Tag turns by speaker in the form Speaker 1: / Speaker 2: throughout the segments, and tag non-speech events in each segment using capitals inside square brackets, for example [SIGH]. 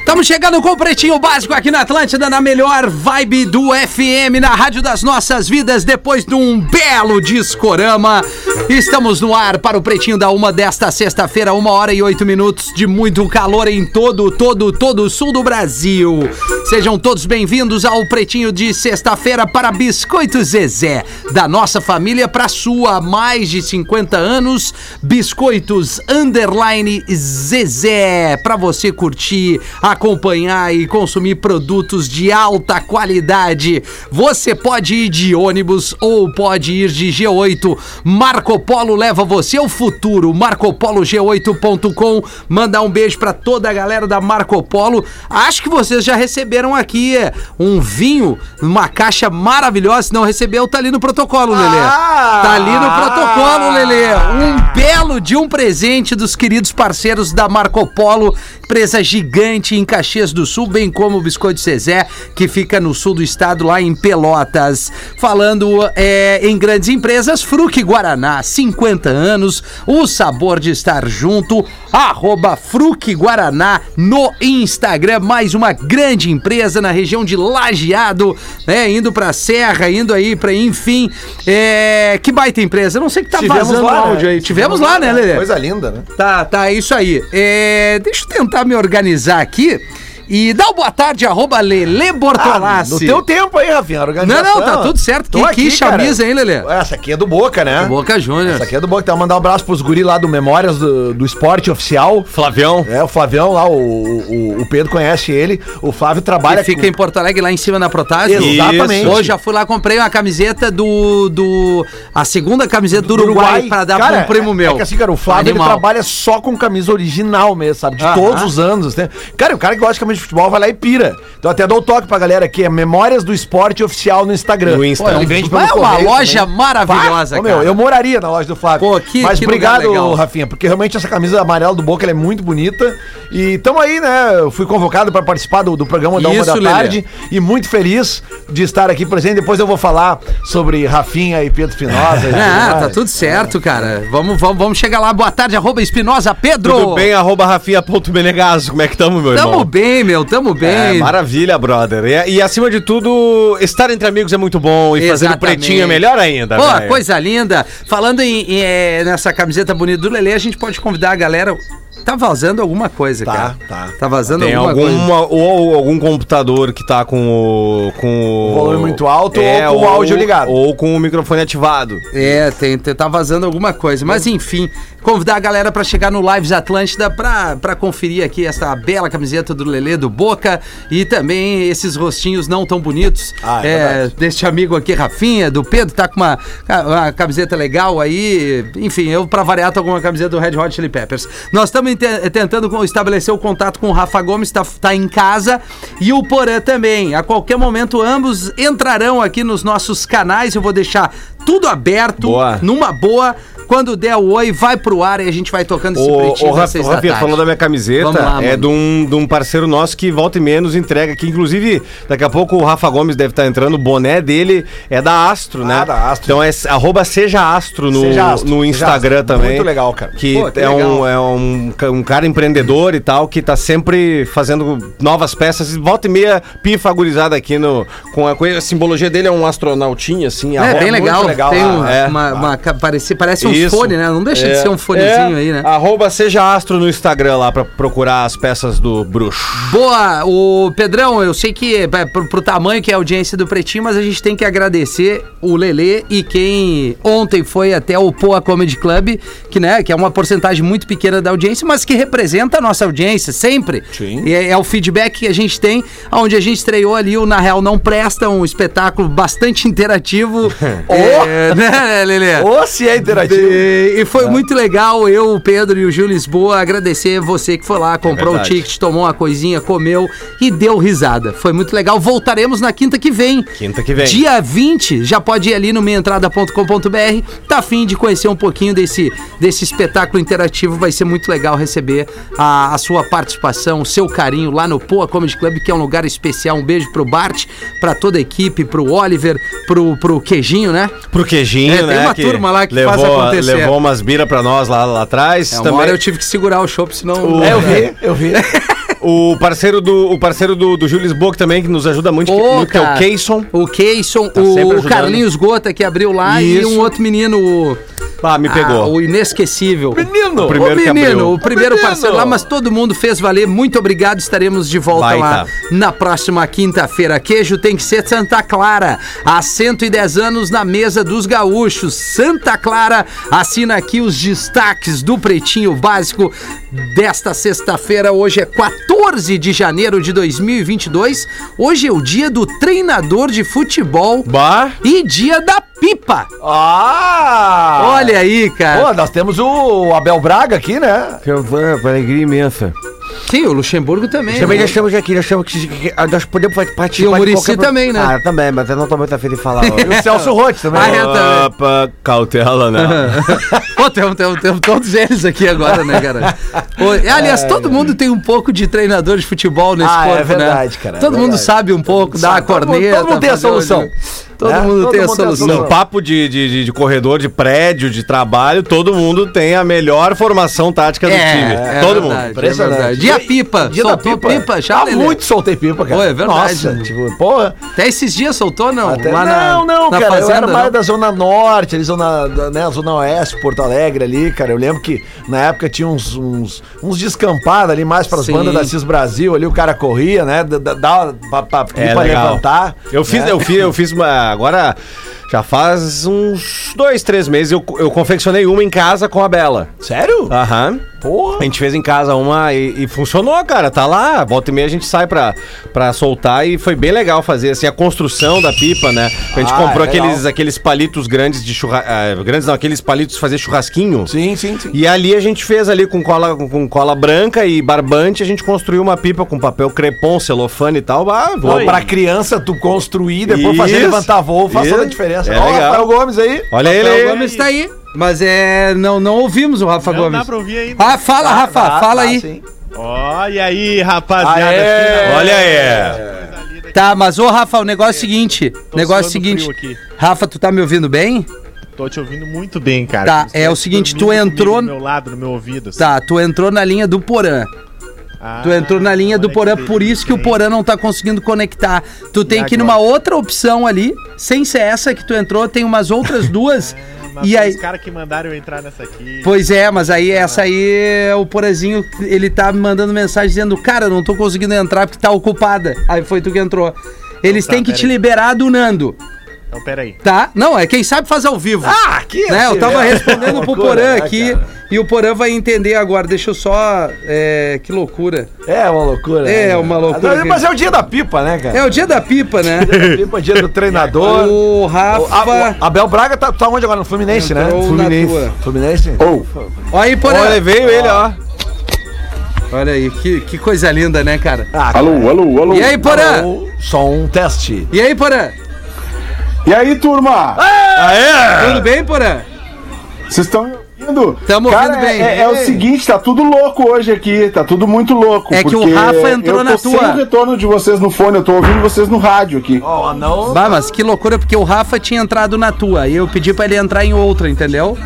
Speaker 1: Estamos chegando com o Pretinho Básico aqui na Atlântida, na melhor vibe do FM, na Rádio das Nossas Vidas, depois de um belo discorama. Estamos no ar para o Pretinho da Uma desta sexta-feira, uma hora e oito minutos de muito calor em todo, todo, todo o sul do Brasil. Sejam todos bem-vindos ao Pretinho de sexta-feira para Biscoito Zezé, da nossa família para sua, há mais de 50 anos, Biscoitos Underline Zezé, para é, você curtir a acompanhar e consumir produtos de alta qualidade. Você pode ir de ônibus ou pode ir de G8. Marco Polo leva você ao futuro. MarcoPoloG8.com. Mandar um beijo para toda a galera da Marco Polo. Acho que vocês já receberam aqui um vinho, uma caixa maravilhosa. Se não recebeu, tá ali no protocolo, Lelê. Tá ali no protocolo, Lelê. Um belo de um presente dos queridos parceiros da Marco Polo, empresa gigante em Caxias do Sul, bem como o Biscoito Cezé, que fica no sul do estado, lá em Pelotas. Falando é, em grandes empresas, Fruque Guaraná, 50 anos, o sabor de estar junto, arroba Fruque Guaraná no Instagram, mais uma grande empresa na região de Lajeado, né, indo pra Serra, indo aí pra, enfim, é, que baita empresa, não sei o que tá
Speaker 2: Tivemos
Speaker 1: vazando
Speaker 2: lá,
Speaker 1: áudio
Speaker 2: né?
Speaker 1: aí, tivemos lá, né, Lelê?
Speaker 2: Coisa linda, né?
Speaker 1: Tá, tá, é isso aí. É, deixa eu tentar me organizar aqui e dá o boa tarde, arroba Lele Bortolassi.
Speaker 2: Ah, no teu tempo aí, Rafinha,
Speaker 1: Não,
Speaker 2: organização.
Speaker 1: não, tá tudo certo.
Speaker 2: Tô
Speaker 1: Que,
Speaker 2: aqui,
Speaker 1: que camisa,
Speaker 2: cara.
Speaker 1: hein, Lelê?
Speaker 2: Essa aqui é do Boca, né?
Speaker 1: Boca Júnior.
Speaker 2: Essa aqui é do Boca. Então, mandar um abraço pros guri lá do Memórias do, do Esporte Oficial.
Speaker 3: Flavião.
Speaker 2: É, o Flavião lá, o, o, o Pedro conhece ele. O Flávio trabalha
Speaker 1: Que fica em Porto Alegre, lá em cima na Protásio.
Speaker 2: Exatamente.
Speaker 1: Hoje já fui lá, comprei uma camiseta do. do a segunda camiseta do Uruguai, pra dar
Speaker 2: Cara,
Speaker 1: pra um primo
Speaker 2: é-
Speaker 1: meu.
Speaker 2: É que assim, cara, o Flávio ele
Speaker 1: Animal.
Speaker 2: trabalha só com camisa original mesmo, sabe? De
Speaker 1: Aham.
Speaker 2: todos os anos. assim. Cara, o cara que gosta de camisa de futebol vai lá e pira. Então até dou o toque pra galera aqui, é Memórias do Esporte Oficial no Instagram.
Speaker 3: No Insta.
Speaker 2: Pô, um ele vende pelo
Speaker 1: É uma
Speaker 2: correio
Speaker 1: loja
Speaker 2: também.
Speaker 1: maravilhosa,
Speaker 2: Ô, meu,
Speaker 1: cara.
Speaker 2: eu moraria na loja do Flávio.
Speaker 1: Pô, que-
Speaker 2: Mas
Speaker 1: que lugar
Speaker 2: obrigado,
Speaker 1: legal.
Speaker 2: Rafinha, porque realmente essa camisa amarela do Boca ela é muito bonita. E tamo aí, né? Eu fui convocado pra participar do, do programa da Uma
Speaker 1: Isso,
Speaker 2: da
Speaker 1: Lelê.
Speaker 2: Tarde. E muito feliz de estar aqui presente. Depois eu vou falar sobre Rafinha e Pedro Pinoza. [LAUGHS] e
Speaker 1: Ah,
Speaker 2: tudo
Speaker 1: tá
Speaker 2: mais.
Speaker 1: tudo certo, cara. Vamos, vamos, vamos chegar lá. Boa tarde, arroba Espinosa Pedro.
Speaker 3: Tudo bem, arroba rafinha.menegaso. Como é que tamo, meu
Speaker 1: Tamo
Speaker 3: irmão?
Speaker 1: bem, meu, tamo
Speaker 3: É,
Speaker 1: bem.
Speaker 3: maravilha, brother. E, e acima de tudo, estar entre amigos é muito bom e fazer o
Speaker 1: Exatamente.
Speaker 3: pretinho é melhor ainda.
Speaker 1: Pô,
Speaker 3: velho.
Speaker 1: coisa linda. Falando em, em, eh, nessa camiseta bonita do Lelê, a gente pode convidar a galera. Tá vazando alguma coisa,
Speaker 2: Tá,
Speaker 1: cara.
Speaker 2: tá.
Speaker 1: Tá vazando
Speaker 3: Tem
Speaker 1: alguma coisa.
Speaker 3: alguma, ou algum computador que tá com o. Com o É,
Speaker 2: Volume muito alto ou com o áudio ligado.
Speaker 3: Ou com o microfone ativado.
Speaker 1: É, tem, tem- tá vazando alguma coisa. Mas
Speaker 3: Hum.
Speaker 1: enfim, convidar a galera pra chegar no Lives Atlântida pra, pra conferir aqui essa bela camiseta do Lelê do Boca e também esses rostinhos não tão bonitos
Speaker 2: Ah, é
Speaker 1: é,
Speaker 2: verdade.
Speaker 1: deste amigo aqui, Rafinha, do Pedro, tá com uma, ca- uma camiseta é legal aí. Enfim, eu pra variar tô com uma camiseta do Red Hot Chili Peppers. Nós estamos inte- tentando com- estabelecer o contato com o Rafa Gomes, tá, tá em casa, e o Porã também. A qualquer momento, ambos entrarão aqui nos nossos canais. Eu vou deixar tudo aberto,
Speaker 3: Boa.
Speaker 1: numa boa. Quando der o oi, vai pro ar e a gente vai tocando esse
Speaker 3: Ô,
Speaker 1: pretinho
Speaker 3: ô,
Speaker 1: das
Speaker 3: Rafa,
Speaker 1: seis
Speaker 3: ô,
Speaker 1: da
Speaker 3: Rafinha,
Speaker 1: tarde.
Speaker 3: falando da minha camiseta,
Speaker 1: Vamos lá,
Speaker 3: é
Speaker 1: mano.
Speaker 3: de um, de um parceiro nosso que volta e menos entrega aqui. Inclusive, daqui a pouco o Rafa Gomes deve estar entrando. O boné dele é da Astro, né?
Speaker 2: Ah, da Astro.
Speaker 3: Então é s- arroba Seja Astro no,
Speaker 2: Seja Astro,
Speaker 3: no
Speaker 2: Seja
Speaker 3: Instagram
Speaker 2: Astro.
Speaker 3: também.
Speaker 2: Muito legal, cara.
Speaker 3: Que,
Speaker 1: Pô, que
Speaker 3: é,
Speaker 1: legal.
Speaker 3: Um, é um, ca- um cara empreendedor e tal, que tá sempre fazendo novas peças. E Volta e meia pifa agorizada aqui no, com a coisa. A simbologia dele é um astronautinha, assim. a
Speaker 1: É,
Speaker 3: roda-
Speaker 1: bem legal.
Speaker 2: muito legal.
Speaker 1: Tem um-
Speaker 3: Ah, é.
Speaker 1: uma, uma ca- parece, parece um
Speaker 3: Isso.
Speaker 1: fone, né? Não deixa de
Speaker 3: É.
Speaker 1: ser um fonezinho
Speaker 3: É.
Speaker 1: aí, né?
Speaker 3: Arroba Seja Astro no Instagram lá pra procurar as peças do bruxo.
Speaker 1: Boa, o Pedrão, eu sei que é pra- pro, pro tamanho que é a audiência do Pretinho, mas a gente tem que agradecer o Lelê e quem ontem foi até o Poa Comedy Club, que, né, que é uma porcentagem muito pequena da audiência, mas que representa a nossa audiência sempre.
Speaker 3: Sim.
Speaker 1: E é, é o feedback que a gente tem, onde a gente estreou ali o Na Real Não Presta, [LAUGHS] um espetáculo bastante interativo. é, né, Lelê?
Speaker 2: Ou se é interativo.
Speaker 1: E, e foi muito legal eu, o Pedro e o Gil Lisboa agradecer você que foi lá, comprou o
Speaker 3: É verdade.
Speaker 1: ticket, tomou uma coisinha, comeu e deu risada. Foi muito legal. Voltaremos na quinta que vem.
Speaker 3: Quinta que vem.
Speaker 1: Dia 20, já pode ir ali no minhaentrada.com.br. Tá afim de conhecer um pouquinho desse, desse espetáculo interativo. Vai ser muito legal receber a, a sua participação, o seu carinho lá no Poa Comedy Club, que é um lugar especial. Um beijo pro Bart, pra toda a equipe, pro Oliver, pro, pro Queijinho, né?
Speaker 3: Pro queijinho,
Speaker 1: É, tem
Speaker 3: né?
Speaker 1: uma turma lá que
Speaker 3: levou,
Speaker 1: faz acontecer.
Speaker 3: Levou umas bira pra nós lá, lá atrás.
Speaker 1: É, uma
Speaker 3: também.
Speaker 1: hora eu tive que segurar o chopp, senão.
Speaker 3: O- É, eu [LAUGHS]
Speaker 2: vi, eu vi.
Speaker 3: O parceiro do, o parceiro do, do Júlio Lisboa que também, que nos ajuda muito, que,
Speaker 1: Ô,
Speaker 3: muito, que é o
Speaker 1: cara.
Speaker 3: Keyson.
Speaker 1: O Keyson,
Speaker 3: Tá sempre
Speaker 1: o
Speaker 3: ajudando.
Speaker 1: Carlinhos Gota que abriu lá e
Speaker 3: Isso.
Speaker 1: um outro menino. o-
Speaker 3: Ah, me pegou.
Speaker 1: Ah, o inesquecível.
Speaker 2: Menino!
Speaker 1: O
Speaker 3: primeiro que
Speaker 1: menino,
Speaker 3: abriu.
Speaker 1: o primeiro
Speaker 2: O menino!
Speaker 1: parceiro lá, mas todo mundo fez valer. Muito obrigado, estaremos de volta
Speaker 3: Baita.
Speaker 1: lá na próxima quinta-feira. Queijo tem que ser Santa Clara. Há 110 anos na mesa dos gaúchos. Santa Clara assina aqui os destaques do Pretinho Básico desta sexta-feira. Hoje é 14 de janeiro de 2022. Hoje é o dia do treinador de futebol
Speaker 3: Bah.
Speaker 1: e dia da pipa.
Speaker 2: Ah!
Speaker 1: Olha aí, cara.
Speaker 2: Pô, nós temos o Abel Braga aqui, né?
Speaker 3: Que é alegria imensa.
Speaker 1: Sim, o Luxemburgo também.
Speaker 3: Também
Speaker 1: né?
Speaker 3: nós estamos aqui, nós estamos que, que- nós podemos participar
Speaker 1: E o
Speaker 3: de
Speaker 1: Muricy
Speaker 3: qualquer-
Speaker 1: também, né?
Speaker 3: Ah, também, mas eu não tô muito afim de falar.
Speaker 2: E
Speaker 3: [LAUGHS]
Speaker 2: o Celso Rotti também.
Speaker 1: Ah, é também.
Speaker 3: Opa, cautela, né?
Speaker 1: [LAUGHS] Pô, temos tem, um, tem todos eles aqui agora, né, cara? Ô, e, aliás, todo mundo tem um pouco de treinador de futebol nesse
Speaker 2: Ah, é
Speaker 1: corpo, né?
Speaker 2: verdade, cara, é
Speaker 1: Todo mundo
Speaker 2: verdade.
Speaker 1: sabe um pouco, dá a
Speaker 2: sabe. Todo mundo-
Speaker 1: corneta.
Speaker 2: todo mundo tem a
Speaker 1: fazer o-
Speaker 2: solução,
Speaker 1: Todo
Speaker 2: né?
Speaker 1: mundo
Speaker 2: Todo
Speaker 1: tem a
Speaker 2: mundo tem a
Speaker 1: solução.
Speaker 3: No papo de, de, de- de corredor, de prédio, de trabalho, todo mundo tem a melhor formação tática do
Speaker 2: É,
Speaker 3: time. todo
Speaker 1: é
Speaker 3: mundo.
Speaker 2: Impressionante.
Speaker 1: Dia pipa.
Speaker 2: Dia da
Speaker 1: soltou
Speaker 2: pipa.
Speaker 1: pipa já,
Speaker 2: Há
Speaker 1: Lelê?
Speaker 2: muito soltei pipa, cara.
Speaker 1: Pô, é verdade,
Speaker 2: Nossa,
Speaker 1: né?
Speaker 2: tipo, porra.
Speaker 1: Até esses dias soltou, não?
Speaker 2: Até-
Speaker 1: Lá na-
Speaker 2: não, não,
Speaker 1: na
Speaker 2: cara. eu
Speaker 1: fazenda,
Speaker 2: era mais
Speaker 1: não?
Speaker 2: da Zona Norte, ali, zona, da- né, zona Oeste, Porto Alegre ali, cara. Eu lembro que na época tinha uns, uns, uns descampados ali, mais pras
Speaker 1: Sim.
Speaker 2: bandas da Cis Brasil, ali o cara corria, né? da- da- Dá pra, pra,
Speaker 3: É,
Speaker 2: pra
Speaker 3: legal.
Speaker 2: levantar.
Speaker 3: Eu fiz,
Speaker 2: né?
Speaker 3: eu fiz, eu fiz uma. Agora já faz uns dois, três meses eu, eu confeccionei uma em casa com a Bela.
Speaker 2: Sério?
Speaker 1: Ah.
Speaker 3: Aham. A
Speaker 2: Porra.
Speaker 3: gente fez em casa uma e, e funcionou, cara. Tá lá, volta e meia a gente sai pra, pra soltar e foi bem legal fazer, assim, a construção da pipa, né? A gente
Speaker 2: Ah,
Speaker 3: comprou
Speaker 2: é
Speaker 3: aqueles,
Speaker 2: legal.
Speaker 3: aqueles palitos grandes de churrasco. grandes não, aqueles palitos de fazer churrasquinho.
Speaker 2: Sim, sim, sim.
Speaker 3: E ali a gente fez ali com cola, com- com cola branca e barbante, a gente construiu uma pipa com papel crepom, celofane e tal. Ah,
Speaker 2: Pô,
Speaker 3: vou
Speaker 2: pra criança, tu construir, depois fazer
Speaker 3: Isso.
Speaker 2: levantar voo, faz toda a
Speaker 3: Isso.
Speaker 2: diferença.
Speaker 3: É
Speaker 2: Ó, o
Speaker 3: legal.
Speaker 2: Rafael Gomes aí.
Speaker 3: Olha ele
Speaker 1: O
Speaker 3: aí.
Speaker 1: Gomes tá aí. Mas é. Não, não ouvimos o Rafa
Speaker 4: Não
Speaker 1: Gomes.
Speaker 4: dá pra ouvir ainda.
Speaker 1: Ah, fala, Rafa,
Speaker 2: Ah,
Speaker 1: fala
Speaker 2: ah,
Speaker 1: aí.
Speaker 2: sim.
Speaker 4: Olha aí,
Speaker 1: Ah,
Speaker 4: rapaziada.
Speaker 1: é.
Speaker 2: Aê!
Speaker 4: finalmente.
Speaker 3: Ah, é. Olha aí. é.
Speaker 1: Tá, mas ô Rafa, o negócio é o seguinte.
Speaker 4: Tô
Speaker 1: Negócio é o
Speaker 4: suando
Speaker 1: seguinte.
Speaker 4: frio aqui.
Speaker 1: Rafa, tu tá me ouvindo bem?
Speaker 4: Tô te ouvindo muito bem, cara.
Speaker 1: Tá,
Speaker 4: Você
Speaker 1: é
Speaker 4: tá
Speaker 1: o seguinte, tu
Speaker 4: dormindo
Speaker 1: entrou-
Speaker 4: comigo Do meu lado, no meu ouvido. assim.
Speaker 1: Tá, tu entrou na linha do Porã.
Speaker 4: Ah,
Speaker 1: Tu entrou na linha do
Speaker 4: olha
Speaker 1: Porã, por isso que o
Speaker 4: delícia, hein?
Speaker 1: Porã não tá conseguindo conectar. Tu tem
Speaker 4: E
Speaker 1: que ir numa
Speaker 4: agora?
Speaker 1: outra opção ali, sem ser essa que tu entrou, tem umas outras [LAUGHS] duas.
Speaker 4: Mas
Speaker 1: e
Speaker 4: foi
Speaker 1: aí.
Speaker 4: Os caras que mandaram eu entrar nessa aqui.
Speaker 1: Pois é, mas aí essa aí é o Porazinho, ele tá me mandando mensagem dizendo, cara, não tô conseguindo entrar porque tá ocupada. Aí foi tu que entrou. Eles
Speaker 2: Então
Speaker 1: têm
Speaker 4: tá,
Speaker 1: que
Speaker 4: pera
Speaker 1: te
Speaker 4: aí.
Speaker 1: liberar do Nando,
Speaker 4: Então, peraí.
Speaker 1: tá? Não, é quem sabe faz ao vivo.
Speaker 2: Ah, que
Speaker 1: né? Eu
Speaker 2: assim,
Speaker 1: tava
Speaker 2: né?
Speaker 1: respondendo
Speaker 2: [LAUGHS]
Speaker 1: pro
Speaker 2: Loucura,
Speaker 1: Porã
Speaker 2: né,
Speaker 1: aqui
Speaker 2: cara?
Speaker 1: e o Porã vai entender agora. Deixa eu só. é, que loucura.
Speaker 2: É uma loucura.
Speaker 1: É
Speaker 2: né?
Speaker 1: uma loucura,
Speaker 2: Mas é o dia da pipa, né, cara?
Speaker 1: É o dia da
Speaker 2: [LAUGHS]
Speaker 1: pipa, né?
Speaker 2: da pipa, dia do treinador.
Speaker 1: [LAUGHS] o
Speaker 2: O- a-
Speaker 1: Rafa.
Speaker 2: o Abel Braga tá, tá onde agora? No Fluminense, né?
Speaker 1: Entrou na tua.
Speaker 2: Fluminense? É.
Speaker 1: Olha aí, Porã.
Speaker 3: Olha, veio ele, ó.
Speaker 1: Olha aí, que, que coisa linda, né, cara?
Speaker 2: Ah,
Speaker 5: Alô, alô, alô.
Speaker 1: E aí, Porã?
Speaker 2: Ou Só um teste.
Speaker 1: E aí, Porã?
Speaker 5: E aí, turma?
Speaker 1: Tudo bem, Porã?
Speaker 5: Vocês estão me ouvindo?
Speaker 1: Tamo
Speaker 5: Cara,
Speaker 1: ouvindo bem.
Speaker 5: É, é o seguinte, tá tudo louco hoje aqui, tá tudo muito louco.
Speaker 1: É que o
Speaker 5: porque
Speaker 1: Rafa entrou
Speaker 5: eu
Speaker 1: na
Speaker 5: tô
Speaker 1: tua.
Speaker 5: Sem o retorno de vocês no fone, eu tô ouvindo vocês no rádio aqui.
Speaker 2: Ó, não.
Speaker 1: Bah, mas que loucura, porque o Rafa tinha entrado na tua e eu pedi pra ele entrar em outra, entendeu?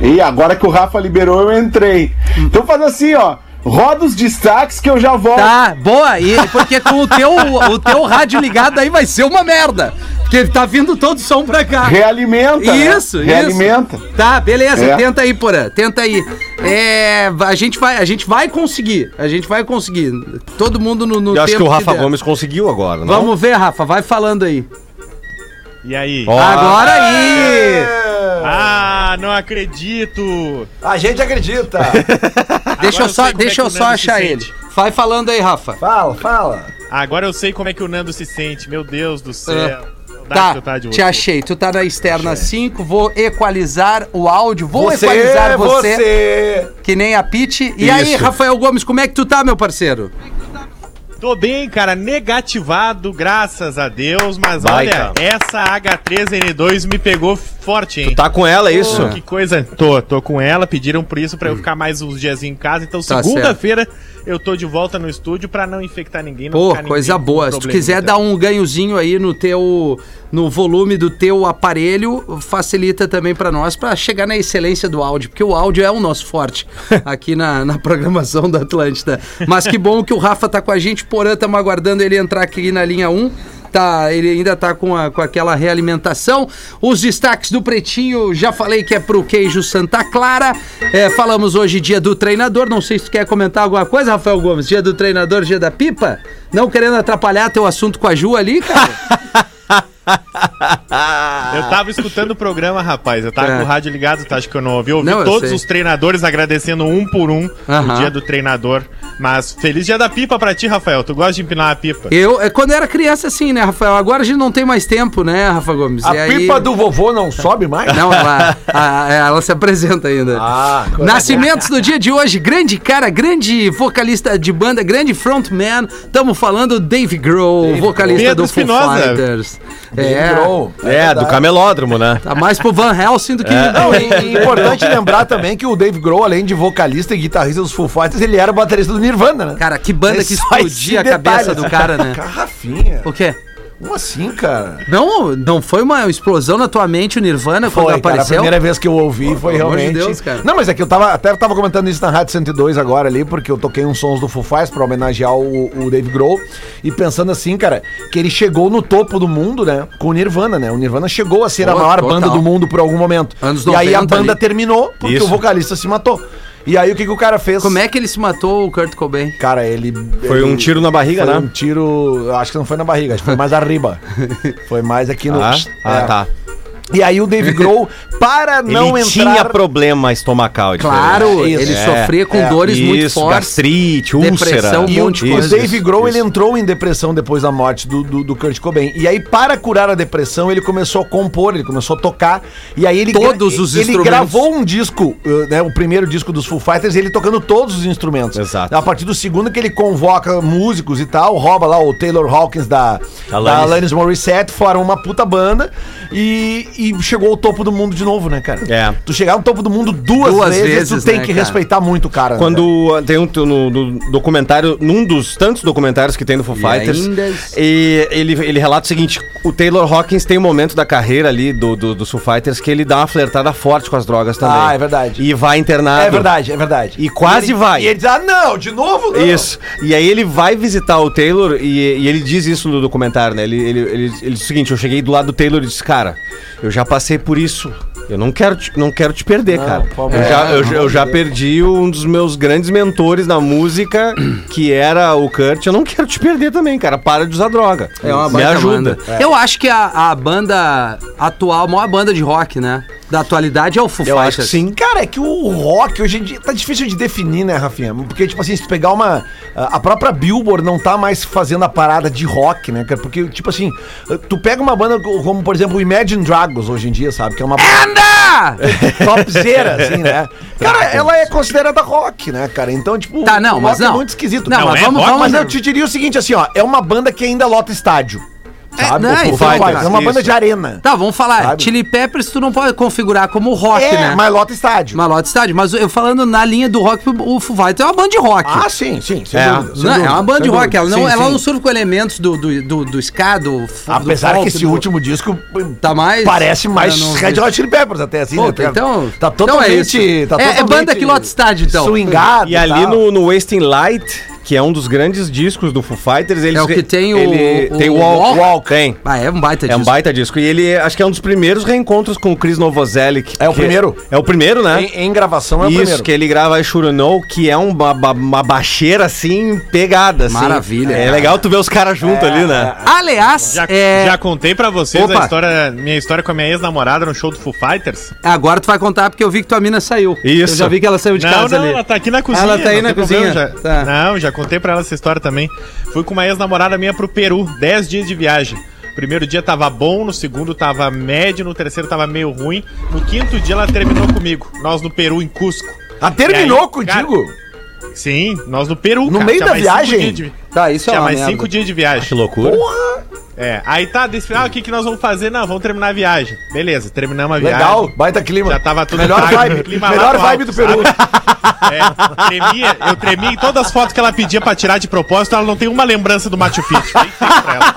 Speaker 5: E agora que o Rafa liberou, eu entrei. Então faz assim, ó. Roda os destaques que eu já volto.
Speaker 1: Tá, boa, e porque com o teu, o teu rádio ligado aí vai ser uma merda. Porque ele tá vindo todo som pra cá.
Speaker 5: Realimenta. né?
Speaker 1: Isso, isso.
Speaker 5: Realimenta.
Speaker 1: Tá, beleza,
Speaker 5: É.
Speaker 1: tenta aí, Porã, tenta aí. É, a gente vai, a gente vai conseguir, a gente vai conseguir. Todo mundo no, no
Speaker 3: Eu acho que
Speaker 1: tempo
Speaker 3: o Rafa
Speaker 1: der.
Speaker 3: Gomes conseguiu agora, não?
Speaker 1: Vamos ver, Rafa, vai falando aí.
Speaker 4: E aí?
Speaker 3: Ó.
Speaker 1: Agora aí!
Speaker 2: é.
Speaker 4: Ah, não acredito.
Speaker 2: A gente
Speaker 3: [LAUGHS]
Speaker 2: acredita.
Speaker 1: Deixa eu
Speaker 4: Agora sei
Speaker 1: só,
Speaker 4: como é
Speaker 1: deixa
Speaker 4: que
Speaker 1: eu
Speaker 4: o
Speaker 1: só
Speaker 4: Nando se
Speaker 1: achar ele.
Speaker 4: sente. Tá,
Speaker 1: Vai falando aí, Rafa.
Speaker 2: fala, fala.
Speaker 4: Agora eu sei como é que o Nando se sente. Meu Deus do céu.
Speaker 1: Tá,
Speaker 4: eu tava de
Speaker 1: te
Speaker 4: você.
Speaker 1: achei. Tu tá na externa 5, vou equalizar o áudio, vou
Speaker 2: Você,
Speaker 1: equalizar você,
Speaker 2: você.
Speaker 1: que nem a Pete. E aí,
Speaker 3: Isso.
Speaker 1: Rafael Gomes, como é que tu tá, meu parceiro?
Speaker 4: Tô bem, cara, negativado, graças a Deus, mas
Speaker 3: Vai,
Speaker 4: olha,
Speaker 3: cara.
Speaker 4: essa H3N2 me pegou forte, hein?
Speaker 3: Tá com ela, é isso?
Speaker 4: Pô, Que coisa. Tô, tô com ela, pediram por isso pra eu ficar mais uns dias em casa. Então,
Speaker 1: Hum. Tá
Speaker 4: segunda-feira eu tô de volta no estúdio pra não infectar ninguém. Não
Speaker 1: Pô,
Speaker 4: ficar
Speaker 1: coisa
Speaker 4: ninguém com tá? né?
Speaker 1: boa. Se tu
Speaker 4: probleminha.
Speaker 1: quiser dar um ganhozinho aí no teu no volume do teu aparelho, facilita também pra nós pra chegar na excelência do áudio, porque o áudio é o nosso
Speaker 4: [LAUGHS]
Speaker 1: forte aqui na, na programação da Atlântida. Mas que bom que o Rafa tá com a gente, porã, estamos aguardando ele entrar aqui na linha 1. Tá, ele ainda tá com, a- com aquela realimentação. Os destaques do Pretinho, já falei que é pro queijo Santa Clara. É, falamos hoje dia do treinador. Não sei se tu quer comentar alguma coisa, Rafael Gomes. Dia do treinador, dia da pipa. Não querendo atrapalhar teu assunto com a Ju
Speaker 2: [LAUGHS]
Speaker 1: ali, cara.
Speaker 4: Eu tava escutando o programa, rapaz. Eu tava
Speaker 1: Tá.
Speaker 4: com o rádio ligado, tá? Acho que eu não ouvi. Eu ouvi
Speaker 1: Não, eu
Speaker 4: todos
Speaker 1: sei.
Speaker 4: os treinadores agradecendo um por um
Speaker 1: Aham.
Speaker 4: o dia do treinador. Mas feliz dia da pipa pra ti, Rafael. Tu gosta de empinar a pipa?
Speaker 1: Eu, é, quando eu era criança, assim, né, Rafael? Agora a gente não tem mais tempo, né, Rafa Gomes?
Speaker 2: A
Speaker 1: E aí-
Speaker 2: pipa do vovô não sobe mais? [LAUGHS]
Speaker 1: Não, ela, a- ela se apresenta ainda.
Speaker 2: Ah, coisa
Speaker 1: Nascimentos do dia de hoje, grande cara, grande vocalista de banda, grande frontman. Estamos falando Dave Grohl, vocalista
Speaker 4: Grohl.
Speaker 1: do
Speaker 4: Pedro
Speaker 1: Foo
Speaker 4: Espinosa.
Speaker 1: Fighters.
Speaker 2: É,
Speaker 1: É,
Speaker 3: É, do camelódromo, né?
Speaker 1: tá mais pro Van Helsing do que.
Speaker 2: É. Não, e, e importante lembrar também que o Dave Grohl, além de vocalista e guitarrista dos Foo Fighters, ele era o baterista do Nirvana, né?
Speaker 1: Cara, que banda que
Speaker 2: É só esse
Speaker 1: explodia a
Speaker 2: detalhe,
Speaker 1: cabeça do
Speaker 2: né?
Speaker 1: cara,
Speaker 2: [LAUGHS]
Speaker 1: né?
Speaker 2: Carrafinha.
Speaker 1: O quê?
Speaker 2: Como assim, cara?
Speaker 1: Não, não foi uma explosão na tua mente o Nirvana
Speaker 2: Foi,
Speaker 1: quando
Speaker 2: cara, a
Speaker 1: apareceu?
Speaker 2: primeira vez que eu ouvi foi
Speaker 1: pelo amor de
Speaker 2: realmente.
Speaker 1: Deus, cara.
Speaker 2: Não, mas é que eu tava, até eu tava comentando isso na Rádio 102 agora ali, porque eu toquei uns sons do Foo Fighters pra homenagear o, o Dave Grohl. E pensando assim, cara, que ele chegou no topo do mundo, né? Com o Nirvana, né? O Nirvana chegou a ser a
Speaker 1: Pô,
Speaker 2: maior
Speaker 1: total.
Speaker 2: banda do mundo por algum momento.
Speaker 1: Anos
Speaker 2: e aí a
Speaker 1: 90
Speaker 2: banda
Speaker 1: ali.
Speaker 2: terminou porque
Speaker 3: Isso.
Speaker 2: o vocalista se matou. E aí o que, que o cara fez?
Speaker 1: Como é que ele se matou, o Kurt Cobain?
Speaker 2: Cara, ele.
Speaker 3: Foi
Speaker 2: ele-
Speaker 3: um tiro na barriga,
Speaker 2: Foi
Speaker 3: né?
Speaker 2: um tiro. Acho que não foi na barriga, acho que foi mais
Speaker 1: [LAUGHS]
Speaker 2: arriba. Foi mais aqui no.
Speaker 3: Ah, ah,
Speaker 2: É.
Speaker 3: tá.
Speaker 2: E aí o Dave Grohl, para não
Speaker 3: ele
Speaker 2: entrar.
Speaker 3: tinha problema estomacal. é
Speaker 1: Claro,
Speaker 2: Isso,
Speaker 1: ele
Speaker 2: é,
Speaker 1: sofria com
Speaker 2: é.
Speaker 1: dores
Speaker 3: diferente.
Speaker 1: muito
Speaker 3: Isso,
Speaker 1: fortes.
Speaker 3: gastrite, úlcera.
Speaker 1: depressão, um
Speaker 2: E o,
Speaker 1: monte de
Speaker 2: o
Speaker 1: coisa.
Speaker 2: Dave Grohl, ele entrou em depressão depois da morte do, do, do Kurt Cobain. E aí, para curar a depressão, ele começou a compor, ele começou a tocar. E aí ele...
Speaker 1: Todos os
Speaker 2: ele
Speaker 1: instrumentos.
Speaker 2: gravou um disco, uh, né, o primeiro disco dos Foo Fighters, ele tocando todos os instrumentos.
Speaker 3: Exato.
Speaker 2: A partir do segundo que ele convoca músicos e tal, rouba lá o Taylor Hawkins da, da
Speaker 3: Alanis.
Speaker 2: Alanis Morissette, formam uma puta banda e, e chegou ao topo do mundo de novo, né, cara?
Speaker 3: É.
Speaker 2: Tu chegar no topo do mundo duas,
Speaker 1: Duas
Speaker 2: vezes,
Speaker 1: vezes,
Speaker 2: tu tem
Speaker 1: né,
Speaker 2: que
Speaker 1: cara?
Speaker 2: respeitar muito o cara. né, cara?
Speaker 3: Quando ah, tem um no, no documentário, num dos tantos documentários que tem do Foo
Speaker 1: E
Speaker 3: Fighters,
Speaker 1: ainda-
Speaker 3: e ele, ele relata o seguinte: o Taylor Hawkins tem um momento da carreira ali do, do, do Foo Fighters que ele dá uma flertada forte com as drogas também.
Speaker 2: Ah, é verdade.
Speaker 3: E vai internado.
Speaker 2: É verdade, é verdade.
Speaker 3: E quase
Speaker 2: ele-
Speaker 3: vai.
Speaker 2: E ele diz, ah, não, de novo? Não.
Speaker 3: Isso. E aí ele vai visitar o Taylor e, e ele diz isso no documentário, né? Ele, ele, ele- ele diz o seguinte: eu cheguei do lado do Taylor e disse, cara, eu já passei por isso. Eu não quero te, não quero te perder, cara.
Speaker 2: por favor.
Speaker 3: Eu já,
Speaker 2: É,
Speaker 3: eu, já- eu já perdi um dos meus grandes mentores
Speaker 1: [CLEARS THROAT]
Speaker 3: na música, que era o Kurt. Eu não quero te perder também, cara. Para de usar droga.
Speaker 1: É uma
Speaker 3: Me
Speaker 1: baita
Speaker 3: ajuda.
Speaker 1: banda.
Speaker 2: É.
Speaker 1: Eu acho que a, a banda atual, a maior banda de rock, né? Da atualidade é o Foo
Speaker 3: Eu
Speaker 1: Fighters.
Speaker 3: acho que sim.
Speaker 2: Cara, é que o rock hoje em dia tá difícil de definir, né, Rafinha? Porque, tipo assim, se tu pegar uma. A a própria Billboard não tá mais fazendo a parada de rock, né, cara? Porque, tipo assim, tu pega uma banda como, por exemplo, o Imagine Dragons hoje em dia, sabe? Que é uma
Speaker 1: [LAUGHS]
Speaker 2: banda
Speaker 1: Anda!
Speaker 2: topzera, assim, né? Cara, ela é considerada rock, né, cara? Então, tipo,
Speaker 1: Tá, não,
Speaker 2: o
Speaker 1: mas
Speaker 2: rock
Speaker 1: não.
Speaker 2: é muito esquisito.
Speaker 1: Não,
Speaker 4: Não
Speaker 1: mas
Speaker 4: é
Speaker 1: vamos,
Speaker 4: rock,
Speaker 1: vamos...
Speaker 2: Mas eu te diria o seguinte, assim, ó, é uma banda que ainda lota estádio.
Speaker 1: É,
Speaker 2: Sabe?
Speaker 1: não,
Speaker 2: O Foo
Speaker 1: isso,
Speaker 2: Fighters,
Speaker 1: cara.
Speaker 2: é uma banda
Speaker 3: Isso.
Speaker 2: de arena.
Speaker 1: Tá, vamos falar.
Speaker 2: Sabe?
Speaker 1: Chili Peppers tu não pode configurar como rock,
Speaker 2: é,
Speaker 1: né?
Speaker 2: mas lota estádio.
Speaker 1: Malota estádio. Mas eu falando na linha do rock, o Foo Fighters é uma banda de rock.
Speaker 2: Ah, sim, sim. sem
Speaker 3: É.
Speaker 2: dúvida, sem
Speaker 1: Não, é
Speaker 2: dúvida,
Speaker 1: uma banda
Speaker 2: sem
Speaker 1: de rock,
Speaker 2: dúvida.
Speaker 1: ela não,
Speaker 2: Sim,
Speaker 1: ela
Speaker 2: sim.
Speaker 1: não surge com elementos do, do, do, do ska, do f- do
Speaker 2: Apesar
Speaker 1: folk,
Speaker 2: que esse
Speaker 1: do-
Speaker 2: último disco
Speaker 1: Tá mais-
Speaker 2: parece mais
Speaker 1: Eu não
Speaker 2: Red
Speaker 1: vi.
Speaker 2: Hot Chili Peppers até assim,
Speaker 1: Pô,
Speaker 2: né? Tá-
Speaker 1: então-
Speaker 2: tá
Speaker 1: então é isso.
Speaker 2: totalmente, tá
Speaker 1: É- é banda que lota estádio, então.
Speaker 2: Swingado
Speaker 3: E ali
Speaker 2: tal.
Speaker 3: no, no Wasting Light, que é um dos grandes discos do Foo Fighters, eles
Speaker 1: É o que tem o-
Speaker 3: ele-
Speaker 1: o-
Speaker 3: tem o
Speaker 1: o
Speaker 3: Walk,
Speaker 1: Walk?
Speaker 3: Walk, tem.
Speaker 1: Ah, é um baita
Speaker 3: É um
Speaker 1: disco.
Speaker 3: baita disco. E ele, acho que é um dos primeiros reencontros com o Chris Novoselic.
Speaker 2: É o
Speaker 3: que-
Speaker 2: primeiro?
Speaker 3: É o primeiro, né?
Speaker 2: em, em gravação é
Speaker 3: Isso,
Speaker 2: o primeiro.
Speaker 3: que ele grava I Shoulda Know, que é uma, ba- uma baixeira, assim, pegada, assim.
Speaker 1: Maravilha,
Speaker 3: É,
Speaker 1: cara.
Speaker 3: legal tu ver os caras juntos ali, né?
Speaker 1: Aliás,
Speaker 4: Já,
Speaker 1: é...
Speaker 4: já contei pra vocês
Speaker 1: Opa.
Speaker 4: a história, minha história com a minha ex-namorada no show do Foo Fighters?
Speaker 1: agora tu vai contar porque eu vi que tua mina saiu.
Speaker 3: Isso.
Speaker 1: Eu já vi que ela saiu de casa ali.
Speaker 4: ela tá aqui na cozinha.
Speaker 1: Ela tá aí
Speaker 4: não
Speaker 1: na
Speaker 4: tem
Speaker 1: cozinha,
Speaker 4: problema,
Speaker 1: tá.
Speaker 4: já- Não, já contei pra ela essa história também. Fui com uma ex-namorada minha pro Peru, 10 dias de viagem. Primeiro dia tava bom, no segundo tava médio, no terceiro tava meio ruim. No quinto dia ela terminou comigo. Nós no Peru, em Cusco.
Speaker 2: Ah, terminou
Speaker 4: E aí,
Speaker 2: contigo?
Speaker 4: Sim, nós no Peru,
Speaker 2: No meio
Speaker 4: Tinha
Speaker 2: da
Speaker 4: mais cinco
Speaker 2: viagem?
Speaker 4: dias de-
Speaker 1: Tá, isso é
Speaker 4: Tinha
Speaker 1: uma
Speaker 4: mais
Speaker 1: merda.
Speaker 4: cinco dias de
Speaker 1: Ah,
Speaker 4: viagem.
Speaker 3: Que loucura.
Speaker 4: É, aí tá, desse final, o que, que nós vamos fazer? Não, vamos terminar a viagem. Beleza, terminamos a viagem.
Speaker 2: Legal, baita clima.
Speaker 4: Já tava tudo
Speaker 2: Melhor
Speaker 4: pago,
Speaker 2: vibe,
Speaker 4: clima lá
Speaker 2: melhor
Speaker 4: pro
Speaker 2: vibe do
Speaker 4: alto,
Speaker 2: Peru.
Speaker 4: É, tremia, eu tremia em todas as fotos que ela pedia pra tirar de propósito, ela não tem uma lembrança do Machu Picchu. Bem feito pra ela.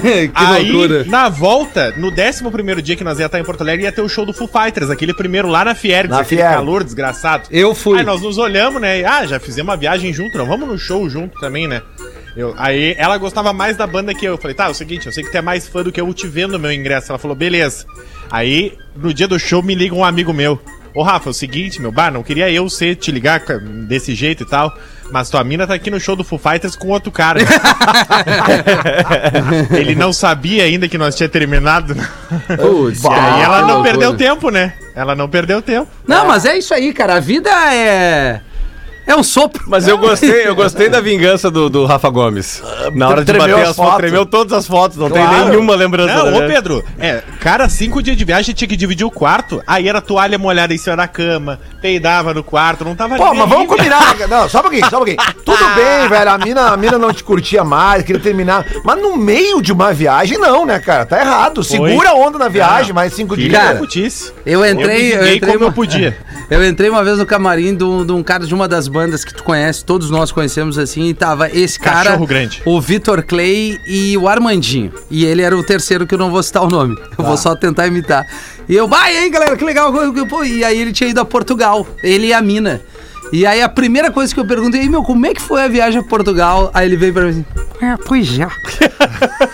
Speaker 1: que
Speaker 4: Aí,
Speaker 1: loucura.
Speaker 4: na volta, no 11 dia que nós ia estar em Porto Alegre, ia ter o show do Foo Fighters, aquele primeiro lá na Fiergs,
Speaker 2: Na
Speaker 4: aquele
Speaker 2: Fiergs.
Speaker 4: calor desgraçado.
Speaker 1: Eu fui.
Speaker 4: Aí nós nos olhamos, né? e, Ah, já fizemos uma viagem junto, não. Vamos no show junto também, né? Eu, aí ela gostava mais da banda que eu. Eu falei, tá, é o seguinte, eu sei que tu é mais fã do que eu te vendo meu ingresso. Ela falou, beleza. Aí, no dia do show, me liga um amigo meu. Ô, Rafa, é o seguinte, meu, bah, não queria eu ser te ligar ca- desse jeito e tal. Mas tua mina tá aqui no show do Foo Fighters com outro
Speaker 1: [LAUGHS]
Speaker 4: cara. Ele não sabia ainda que nós tinha terminado. né?
Speaker 1: Putz,
Speaker 4: e
Speaker 1: cara,
Speaker 4: aí ela
Speaker 1: que
Speaker 4: não
Speaker 1: loucura.
Speaker 4: perdeu tempo, né? Ela não perdeu tempo.
Speaker 1: Não, mas é isso aí, cara. A vida é. É um sopro.
Speaker 3: Mas eu gostei, eu gostei da vingança do, do Rafa Gomes. Na hora de
Speaker 2: Tremeu
Speaker 3: bater
Speaker 2: as
Speaker 3: as
Speaker 2: fotos.
Speaker 3: fotos, tremeu todas as fotos, não
Speaker 2: Claro.
Speaker 3: tem nenhuma lembrança.
Speaker 4: Não,
Speaker 3: da-
Speaker 4: ô Pedro, é, cara, cinco dias de viagem tinha que dividir o quarto, aí era toalha molhada em cima da cama, peidava no quarto, não tava
Speaker 2: Pô, mas vamos
Speaker 4: livre.
Speaker 2: combinar, né? Não, só um pouquinho, só um [LAUGHS] pouquinho. Tudo bem, velho, a mina, a mina não te curtia mais, queria terminar. Mas no meio de uma viagem, não, né, cara? Tá errado. Segura a onda na viagem, mais cinco
Speaker 4: Que
Speaker 2: dias.
Speaker 1: Cara,
Speaker 4: putice.
Speaker 1: Eu entrei.
Speaker 4: me
Speaker 1: Eu,
Speaker 4: liguei
Speaker 1: entrei
Speaker 4: como
Speaker 1: uma... [LAUGHS]
Speaker 4: eu podia.
Speaker 1: [LAUGHS] Eu entrei uma vez no camarim de um, de um cara de uma das bandas que tu conhece, todos nós conhecemos assim, e tava esse cara,
Speaker 4: Cachorro grande.
Speaker 1: o Vitor Clay e o Armandinho. E ele era o terceiro que eu não vou citar o nome. Eu vou só tentar imitar. E eu, vai, hein, galera, que legal. Pô, e aí ele tinha ido a Portugal, ele e a mina. E aí a primeira coisa que eu perguntei, "Ei, meu, como é que foi a viagem a Portugal? Aí ele veio pra mim assim, é, pois é.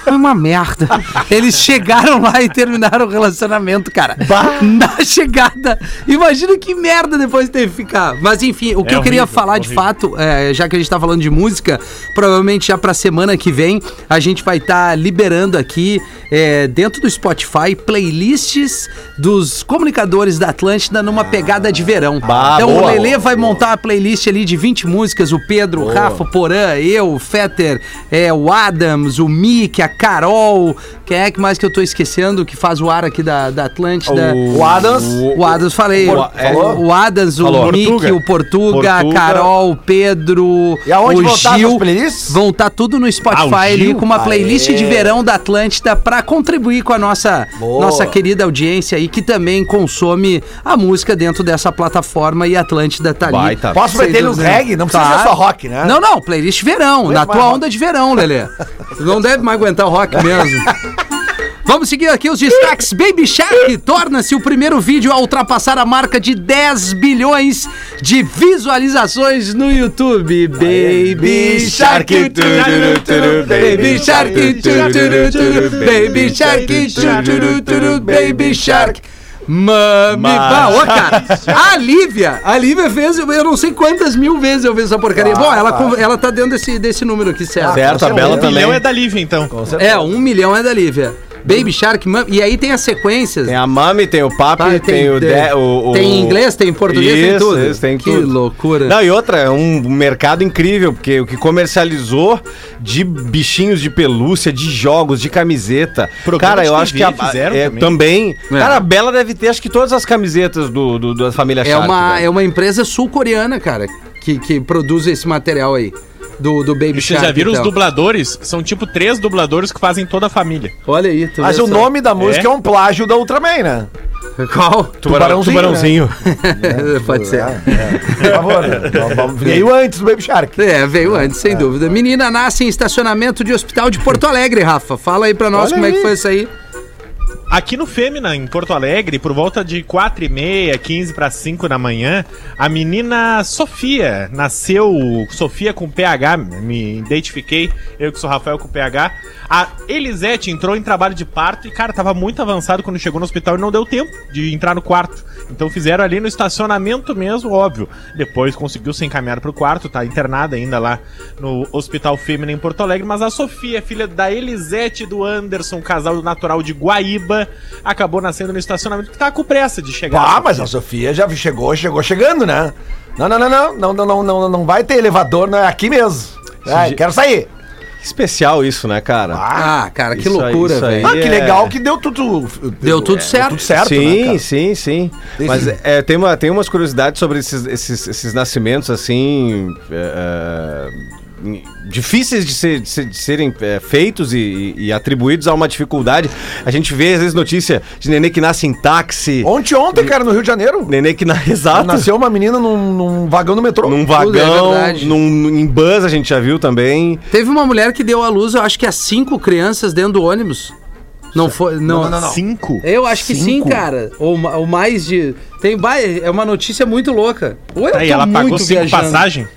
Speaker 1: Foi uma merda. Eles chegaram lá e terminaram o relacionamento, cara. Na chegada. Imagina que merda depois teve que ficar. Mas enfim, o que
Speaker 4: É
Speaker 1: eu queria
Speaker 4: horrível,
Speaker 1: falar de
Speaker 4: horrível.
Speaker 1: fato, é, já que a gente tá falando de música, provavelmente já pra semana que vem a gente vai estar liberando aqui é, dentro do Spotify playlists dos comunicadores da Atlântida numa pegada de verão.
Speaker 3: Bah,
Speaker 1: então o
Speaker 3: boa.
Speaker 1: Lelê vai montar uma playlist ali de 20 músicas, o Pedro, o Rafa, o Porã, eu, o Fetter, é, o Adams, o Mick, a Carol, quem é que mais que eu tô esquecendo que faz o ar aqui da, da Atlântida?
Speaker 3: O-
Speaker 2: O Adams.
Speaker 3: o-
Speaker 1: é. O Adams, falei.
Speaker 3: O-
Speaker 1: O,
Speaker 3: é.
Speaker 1: o Adams, o
Speaker 3: Falou.
Speaker 1: Mick,
Speaker 4: Portuga.
Speaker 1: o Portuga, a
Speaker 3: Portuga.
Speaker 1: Carol, o Pedro,
Speaker 2: E aonde
Speaker 1: o
Speaker 2: vão estar
Speaker 1: Gil.
Speaker 2: essas playlists?
Speaker 1: Vão estar tudo no Spotify
Speaker 4: Ah, o
Speaker 1: ali
Speaker 4: Gil?
Speaker 1: com uma playlist
Speaker 2: Aê.
Speaker 1: de verão da Atlântida pra contribuir com a nossa,
Speaker 2: Boa.
Speaker 1: nossa querida audiência aí que também consome a música dentro dessa plataforma e a Atlântida tá ali.
Speaker 3: Baita.
Speaker 2: Posso
Speaker 1: Sem
Speaker 2: meter uns
Speaker 1: dúvida.
Speaker 2: reggae? Não precisa
Speaker 1: né?
Speaker 2: ser
Speaker 1: Claro.
Speaker 2: só rock, né?
Speaker 1: Não, não, playlist verão, na
Speaker 2: mais
Speaker 1: tua
Speaker 2: rock.
Speaker 1: onda de verão, Lelê. Tu [LAUGHS] não deve mais aguentar o rock mesmo. [LAUGHS] Vamos seguir aqui os destaques. Baby [LAUGHS] Shark torna-se o primeiro vídeo a ultrapassar a marca de 10 bilhões de visualizações no YouTube. Baby Shark. tururu, turu, Baby Shark. tururu, turu, Baby Shark. tururu, turu, Baby Shark. Mami, bah, ô cara, a Lívia, a Lívia fez, eu não sei quantas mil vezes eu vi essa porcaria. Bom, ela, con- ela tá dentro desse, desse número aqui, certo?
Speaker 3: Certo, a Bela
Speaker 4: O milhão
Speaker 3: também.
Speaker 4: é da Lívia, então.
Speaker 1: É, um milhão é da Lívia. Baby Shark, Mami, e aí tem as sequências.
Speaker 3: Tem a Mami, tem o Papi,
Speaker 1: Tá,
Speaker 3: tem, o, de, o, o-
Speaker 1: tem em inglês, tem em português, tem
Speaker 3: Isso,
Speaker 1: tudo.
Speaker 3: isso, tem
Speaker 1: que
Speaker 3: tudo.
Speaker 1: loucura.
Speaker 3: Não, e outra, é um mercado incrível, porque o que comercializou de bichinhos de pelúcia, de jogos, de camiseta. cara,
Speaker 4: Programa de
Speaker 3: eu
Speaker 4: TV
Speaker 3: acho que a,
Speaker 4: fizeram
Speaker 3: é,
Speaker 4: também.
Speaker 3: também.
Speaker 1: É.
Speaker 3: Cara, a Bela deve ter acho que todas as camisetas do, do- da família
Speaker 1: é,
Speaker 3: Shark, né?
Speaker 1: uma,
Speaker 3: velho.
Speaker 1: é uma empresa sul-coreana, cara, que, que produz esse material aí. Do, do Baby
Speaker 4: Vocês
Speaker 1: Shark.
Speaker 4: já viram os
Speaker 1: então.
Speaker 4: dubladores? São tipo três dubladores que fazem toda a família.
Speaker 1: Olha aí, tu
Speaker 2: Mas
Speaker 1: vê
Speaker 2: o
Speaker 1: só.
Speaker 2: nome da música é, um plágio da Ultraman, né?
Speaker 1: Qual? [LAUGHS] É,
Speaker 3: Tubarão-
Speaker 1: né?
Speaker 2: Tubarãozinho.
Speaker 3: tubarãozinho.
Speaker 1: Pode ser.
Speaker 2: Por favor. Vamos- vamos- Veio antes do Baby Shark.
Speaker 1: É, veio antes, sem dúvida. Menina nasce em estacionamento de hospital de Porto Alegre, Rafa. Fala aí pra nós
Speaker 2: Olha
Speaker 1: como é que
Speaker 2: aí.
Speaker 1: foi isso aí.
Speaker 4: Aqui no Fêmina, em Porto Alegre, por volta de 4 e meia, 15 para 5 da manhã, a menina Sofia nasceu, Sofia com PH, me identifiquei, eu que sou Rafael com PH. A Elisete entrou em trabalho de parto e, cara, tava muito avançado quando chegou no hospital e não deu tempo de entrar no quarto. Então fizeram ali no estacionamento mesmo, óbvio. Depois conseguiu se encaminhar pro quarto, tá internada ainda lá no Hospital Fêmina em Porto Alegre, mas a Sofia, é filha da Elisete e do Anderson, casal natural de Guaíba, acabou nascendo no estacionamento que tá com pressa de chegar.
Speaker 2: Ah, mas a Sofia já chegou, chegou chegando, né? Não, não, não, não, não, não, não, não, não vai ter elevador, não é aqui mesmo. É, quero sair.
Speaker 3: Especial isso, né, cara?
Speaker 1: Ah, cara, que
Speaker 3: Isso aí,
Speaker 1: loucura,
Speaker 3: isso aí.
Speaker 1: velho.
Speaker 2: Ah, que
Speaker 3: é-
Speaker 2: legal que deu tudo. é,
Speaker 1: Deu tudo certo.
Speaker 2: Tudo certo,
Speaker 3: sim,
Speaker 2: né, cara?
Speaker 3: sim, sim. Mas é, tem, uma, tem umas curiosidades sobre esses, esses, esses nascimentos, assim. é, é, difíceis de, ser- de ser- de serem é, feitos e, e- e atribuídos a uma dificuldade. A gente vê, às vezes, notícia de nenê que nasce em táxi.
Speaker 2: Ontem, ontem, cara, no Rio de Janeiro,
Speaker 3: Nenê que na [LAUGHS] exato.
Speaker 2: Oh! nasceu uma menina num, num vagão do metrô.
Speaker 3: num
Speaker 1: Tudo
Speaker 3: vagão,
Speaker 1: é verdade.
Speaker 3: num, em bus a gente já viu também.
Speaker 1: Teve uma mulher que deu à luz, eu acho que a cinco crianças dentro do ônibus. Não foi. Não,
Speaker 4: Cinco?
Speaker 1: Eu acho que sim,
Speaker 2: Cinco?
Speaker 1: cara. Ou, ma- ou mais de. Tem, ba- é uma notícia muito louca. Ou eu
Speaker 4: Tá Aí
Speaker 1: tô
Speaker 4: ela pagou
Speaker 1: muito
Speaker 4: cinco
Speaker 1: viajando.
Speaker 4: passagens?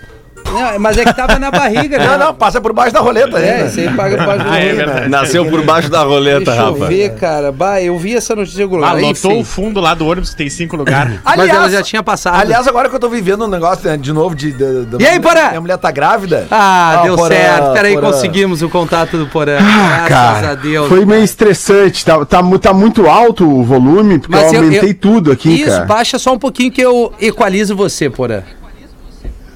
Speaker 1: Não, mas é que tava na barriga,
Speaker 2: [LAUGHS]
Speaker 1: né?
Speaker 2: É, Não, não, passa por baixo da roleta aí.
Speaker 1: É, isso aí paga por baixo do
Speaker 4: Ah, é
Speaker 1: olho,
Speaker 4: verdade.
Speaker 1: né?
Speaker 3: Nasceu por baixo da roleta,
Speaker 1: Deixa eu
Speaker 3: rapaz.
Speaker 1: ver, cara. Bah, eu vi essa notícia em algum
Speaker 4: Ah,
Speaker 1: lugar.
Speaker 4: lotou
Speaker 1: Enfim.
Speaker 4: o fundo lá do ônibus que tem cinco lugares.
Speaker 1: Mas ela já tinha passado.
Speaker 2: Aliás, agora que eu tô vivendo um negócio né, de novo de, de, de-
Speaker 1: E aí, Porã?
Speaker 2: Minha mulher tá grávida.
Speaker 1: Ah, deu
Speaker 2: Porã,
Speaker 1: certo. Peraí,
Speaker 2: Porã.
Speaker 1: conseguimos o contato do Porã. Graças
Speaker 5: Ah, Cara,
Speaker 1: a Deus.
Speaker 5: foi meio estressante. Tá, tá, mu- tá muito alto o volume, porque eu aumentei tudo aqui,
Speaker 1: Isso,
Speaker 5: cara.
Speaker 1: baixa só um pouquinho que eu equalizo você, Porã.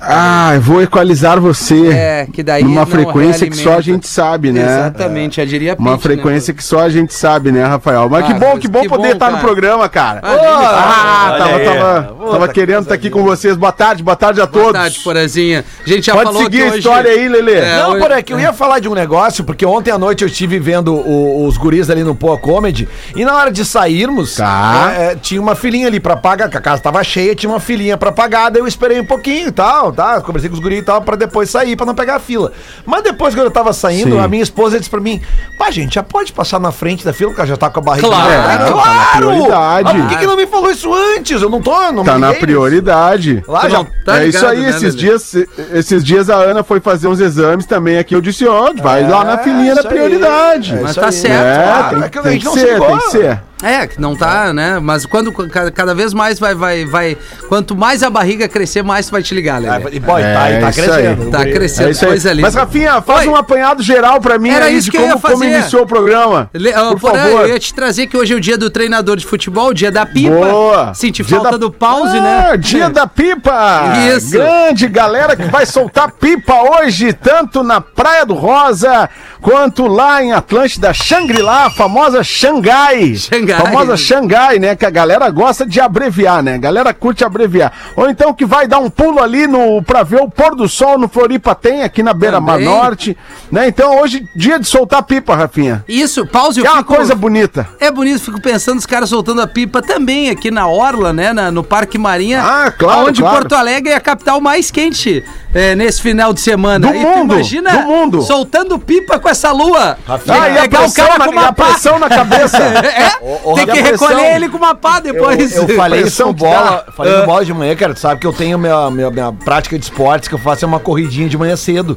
Speaker 5: Ah, eu vou equalizar você.
Speaker 1: É, que daí
Speaker 5: Numa
Speaker 1: não
Speaker 5: frequência que só a
Speaker 1: realimenta.
Speaker 5: gente sabe, né?
Speaker 1: Exatamente, eu diria
Speaker 5: Uma
Speaker 1: Pete, né,
Speaker 5: frequência que só a gente sabe, né, Rafael? Mas
Speaker 1: Ah,
Speaker 5: que bom,
Speaker 1: mas
Speaker 5: que bom
Speaker 1: que
Speaker 5: poder
Speaker 1: bom,
Speaker 5: estar no
Speaker 1: cara.
Speaker 5: programa, cara.
Speaker 1: Ah, nem me
Speaker 5: Ah,
Speaker 1: fala.
Speaker 5: tava,
Speaker 3: Olha aí.
Speaker 5: tava, tava querendo estar aqui com vocês. Boa tarde, boa tarde a
Speaker 1: Boa
Speaker 5: todos.
Speaker 1: tarde, Porãzinha. A gente já
Speaker 5: Pode
Speaker 1: falou
Speaker 5: seguir
Speaker 1: que
Speaker 5: a
Speaker 1: hoje-
Speaker 5: história aí, Lelê.
Speaker 1: É,
Speaker 2: Não,
Speaker 1: hoje-
Speaker 2: por aqui, eu ia falar de um negócio, porque ontem à noite eu estive vendo o- os guris ali no Poa Comedy, e na hora de sairmos,
Speaker 5: Tá.
Speaker 2: é, é, tinha uma filhinha ali pra pagar, que a casa tava cheia, tinha uma filhinha pra pagar, daí eu esperei um pouquinho e tal, tá? Conversei com os guris e tal, pra depois sair, pra não pegar a fila. Mas depois, quando eu tava saindo,
Speaker 5: Sim.
Speaker 2: a minha esposa disse pra mim, pá, gente, já pode passar na frente da fila, porque ela já tá com a barriga.
Speaker 1: Claro.
Speaker 2: Ah,
Speaker 5: É, tá na
Speaker 2: claro! Ah,
Speaker 5: prioridade.
Speaker 2: por que, que não me falou isso antes? Eu não tô, eu não
Speaker 5: Tá
Speaker 2: me
Speaker 5: na
Speaker 2: liguei.
Speaker 5: prioridade.
Speaker 2: Lá
Speaker 1: Tu
Speaker 2: já...
Speaker 1: não tá
Speaker 5: é isso
Speaker 1: ligado,
Speaker 5: aí,
Speaker 1: né,
Speaker 5: esses,
Speaker 1: Lelê?
Speaker 5: dias, esses dias a Ana foi fazer uns exames também aqui. Eu disse, ó, vai lá
Speaker 1: É,
Speaker 5: na filinha
Speaker 2: isso
Speaker 5: na
Speaker 2: aí.
Speaker 5: prioridade.
Speaker 2: É
Speaker 1: Mas
Speaker 2: isso
Speaker 1: tá
Speaker 2: aí.
Speaker 1: certo.
Speaker 2: claro.
Speaker 5: É,
Speaker 2: É que
Speaker 5: tem,
Speaker 2: a
Speaker 5: tem
Speaker 2: gente
Speaker 5: que
Speaker 2: não se
Speaker 5: ser, tem
Speaker 2: iguala.
Speaker 5: que ser.
Speaker 1: É, que não tá, né? Mas quando ca- cada vez mais vai, vai, vai. Quanto mais a barriga crescer, mais tu vai te ligar,
Speaker 2: Ah,
Speaker 1: Lelê.
Speaker 2: e boy, tá,
Speaker 5: É
Speaker 2: aí, tá
Speaker 5: isso aí.
Speaker 2: crescendo. o
Speaker 1: Tá
Speaker 2: guri.
Speaker 5: É
Speaker 1: crescendo,
Speaker 5: isso aí.
Speaker 1: coisa linda.
Speaker 5: Mas, Rafinha,
Speaker 1: Oi.
Speaker 5: faz um apanhado geral pra mim
Speaker 1: Era
Speaker 5: aí
Speaker 1: isso
Speaker 5: de
Speaker 1: que eu ia
Speaker 5: como, como
Speaker 1: fazer.
Speaker 5: iniciou o programa.
Speaker 1: Le, ah,
Speaker 5: Por
Speaker 1: Porã,
Speaker 5: favor.
Speaker 1: eu ia te trazer que hoje é o dia do treinador de futebol, o dia da pipa.
Speaker 5: Boa.
Speaker 1: Senti
Speaker 5: Dia
Speaker 1: falta
Speaker 5: da-
Speaker 1: do pause,
Speaker 5: Ah,
Speaker 1: né?
Speaker 5: Dia da pipa!
Speaker 1: Isso.
Speaker 5: Grande galera que vai soltar pipa hoje, tanto na Praia do Rosa, quanto lá em Atlântida, Xangri-Lá, a famosa Xangai.
Speaker 1: Xangai.
Speaker 5: Famosa Xangai, né? Que a galera gosta de abreviar, né? A galera curte abreviar. Ou então que vai dar um pulo ali no pra ver o pôr do sol no Floripa tem, aqui na Beira-Mar
Speaker 1: Também.
Speaker 5: Norte, né? Então hoje, dia de soltar pipa, Rafinha.
Speaker 1: Isso, pause
Speaker 5: Que é
Speaker 1: eu
Speaker 5: uma
Speaker 1: fico-
Speaker 5: coisa bonita.
Speaker 1: É bonito, fico pensando os caras soltando a pipa também aqui na Orla, né? na- no Parque Marinha.
Speaker 5: Ah, claro,
Speaker 1: Onde
Speaker 5: claro.
Speaker 1: Porto Alegre é a capital mais quente é, nesse final de semana.
Speaker 5: Do
Speaker 1: E
Speaker 5: mundo,
Speaker 1: imagina
Speaker 5: do mundo.
Speaker 1: soltando pipa com essa lua. Tem
Speaker 5: Ah,
Speaker 1: que
Speaker 5: e a
Speaker 1: pegar o
Speaker 5: pressão,
Speaker 1: cara
Speaker 5: na,
Speaker 1: com
Speaker 5: e
Speaker 1: uma
Speaker 5: a
Speaker 1: pá.
Speaker 5: pressão na cabeça.
Speaker 1: [LAUGHS] É,
Speaker 2: Ô, ô,
Speaker 1: tem
Speaker 2: Rafa,
Speaker 1: que
Speaker 2: a pressão-
Speaker 1: recolher ele com uma pá
Speaker 2: Eu,
Speaker 1: depois.
Speaker 2: eu
Speaker 1: [LAUGHS]
Speaker 2: falei isso
Speaker 5: Pressão
Speaker 2: no
Speaker 5: que
Speaker 2: bola,
Speaker 5: dá.
Speaker 1: Ah.
Speaker 2: falei no bola de manhã, cara. Tu sabe que eu tenho minha, minha, minha prática de esportes, que eu faço é uma corridinha de manhã cedo.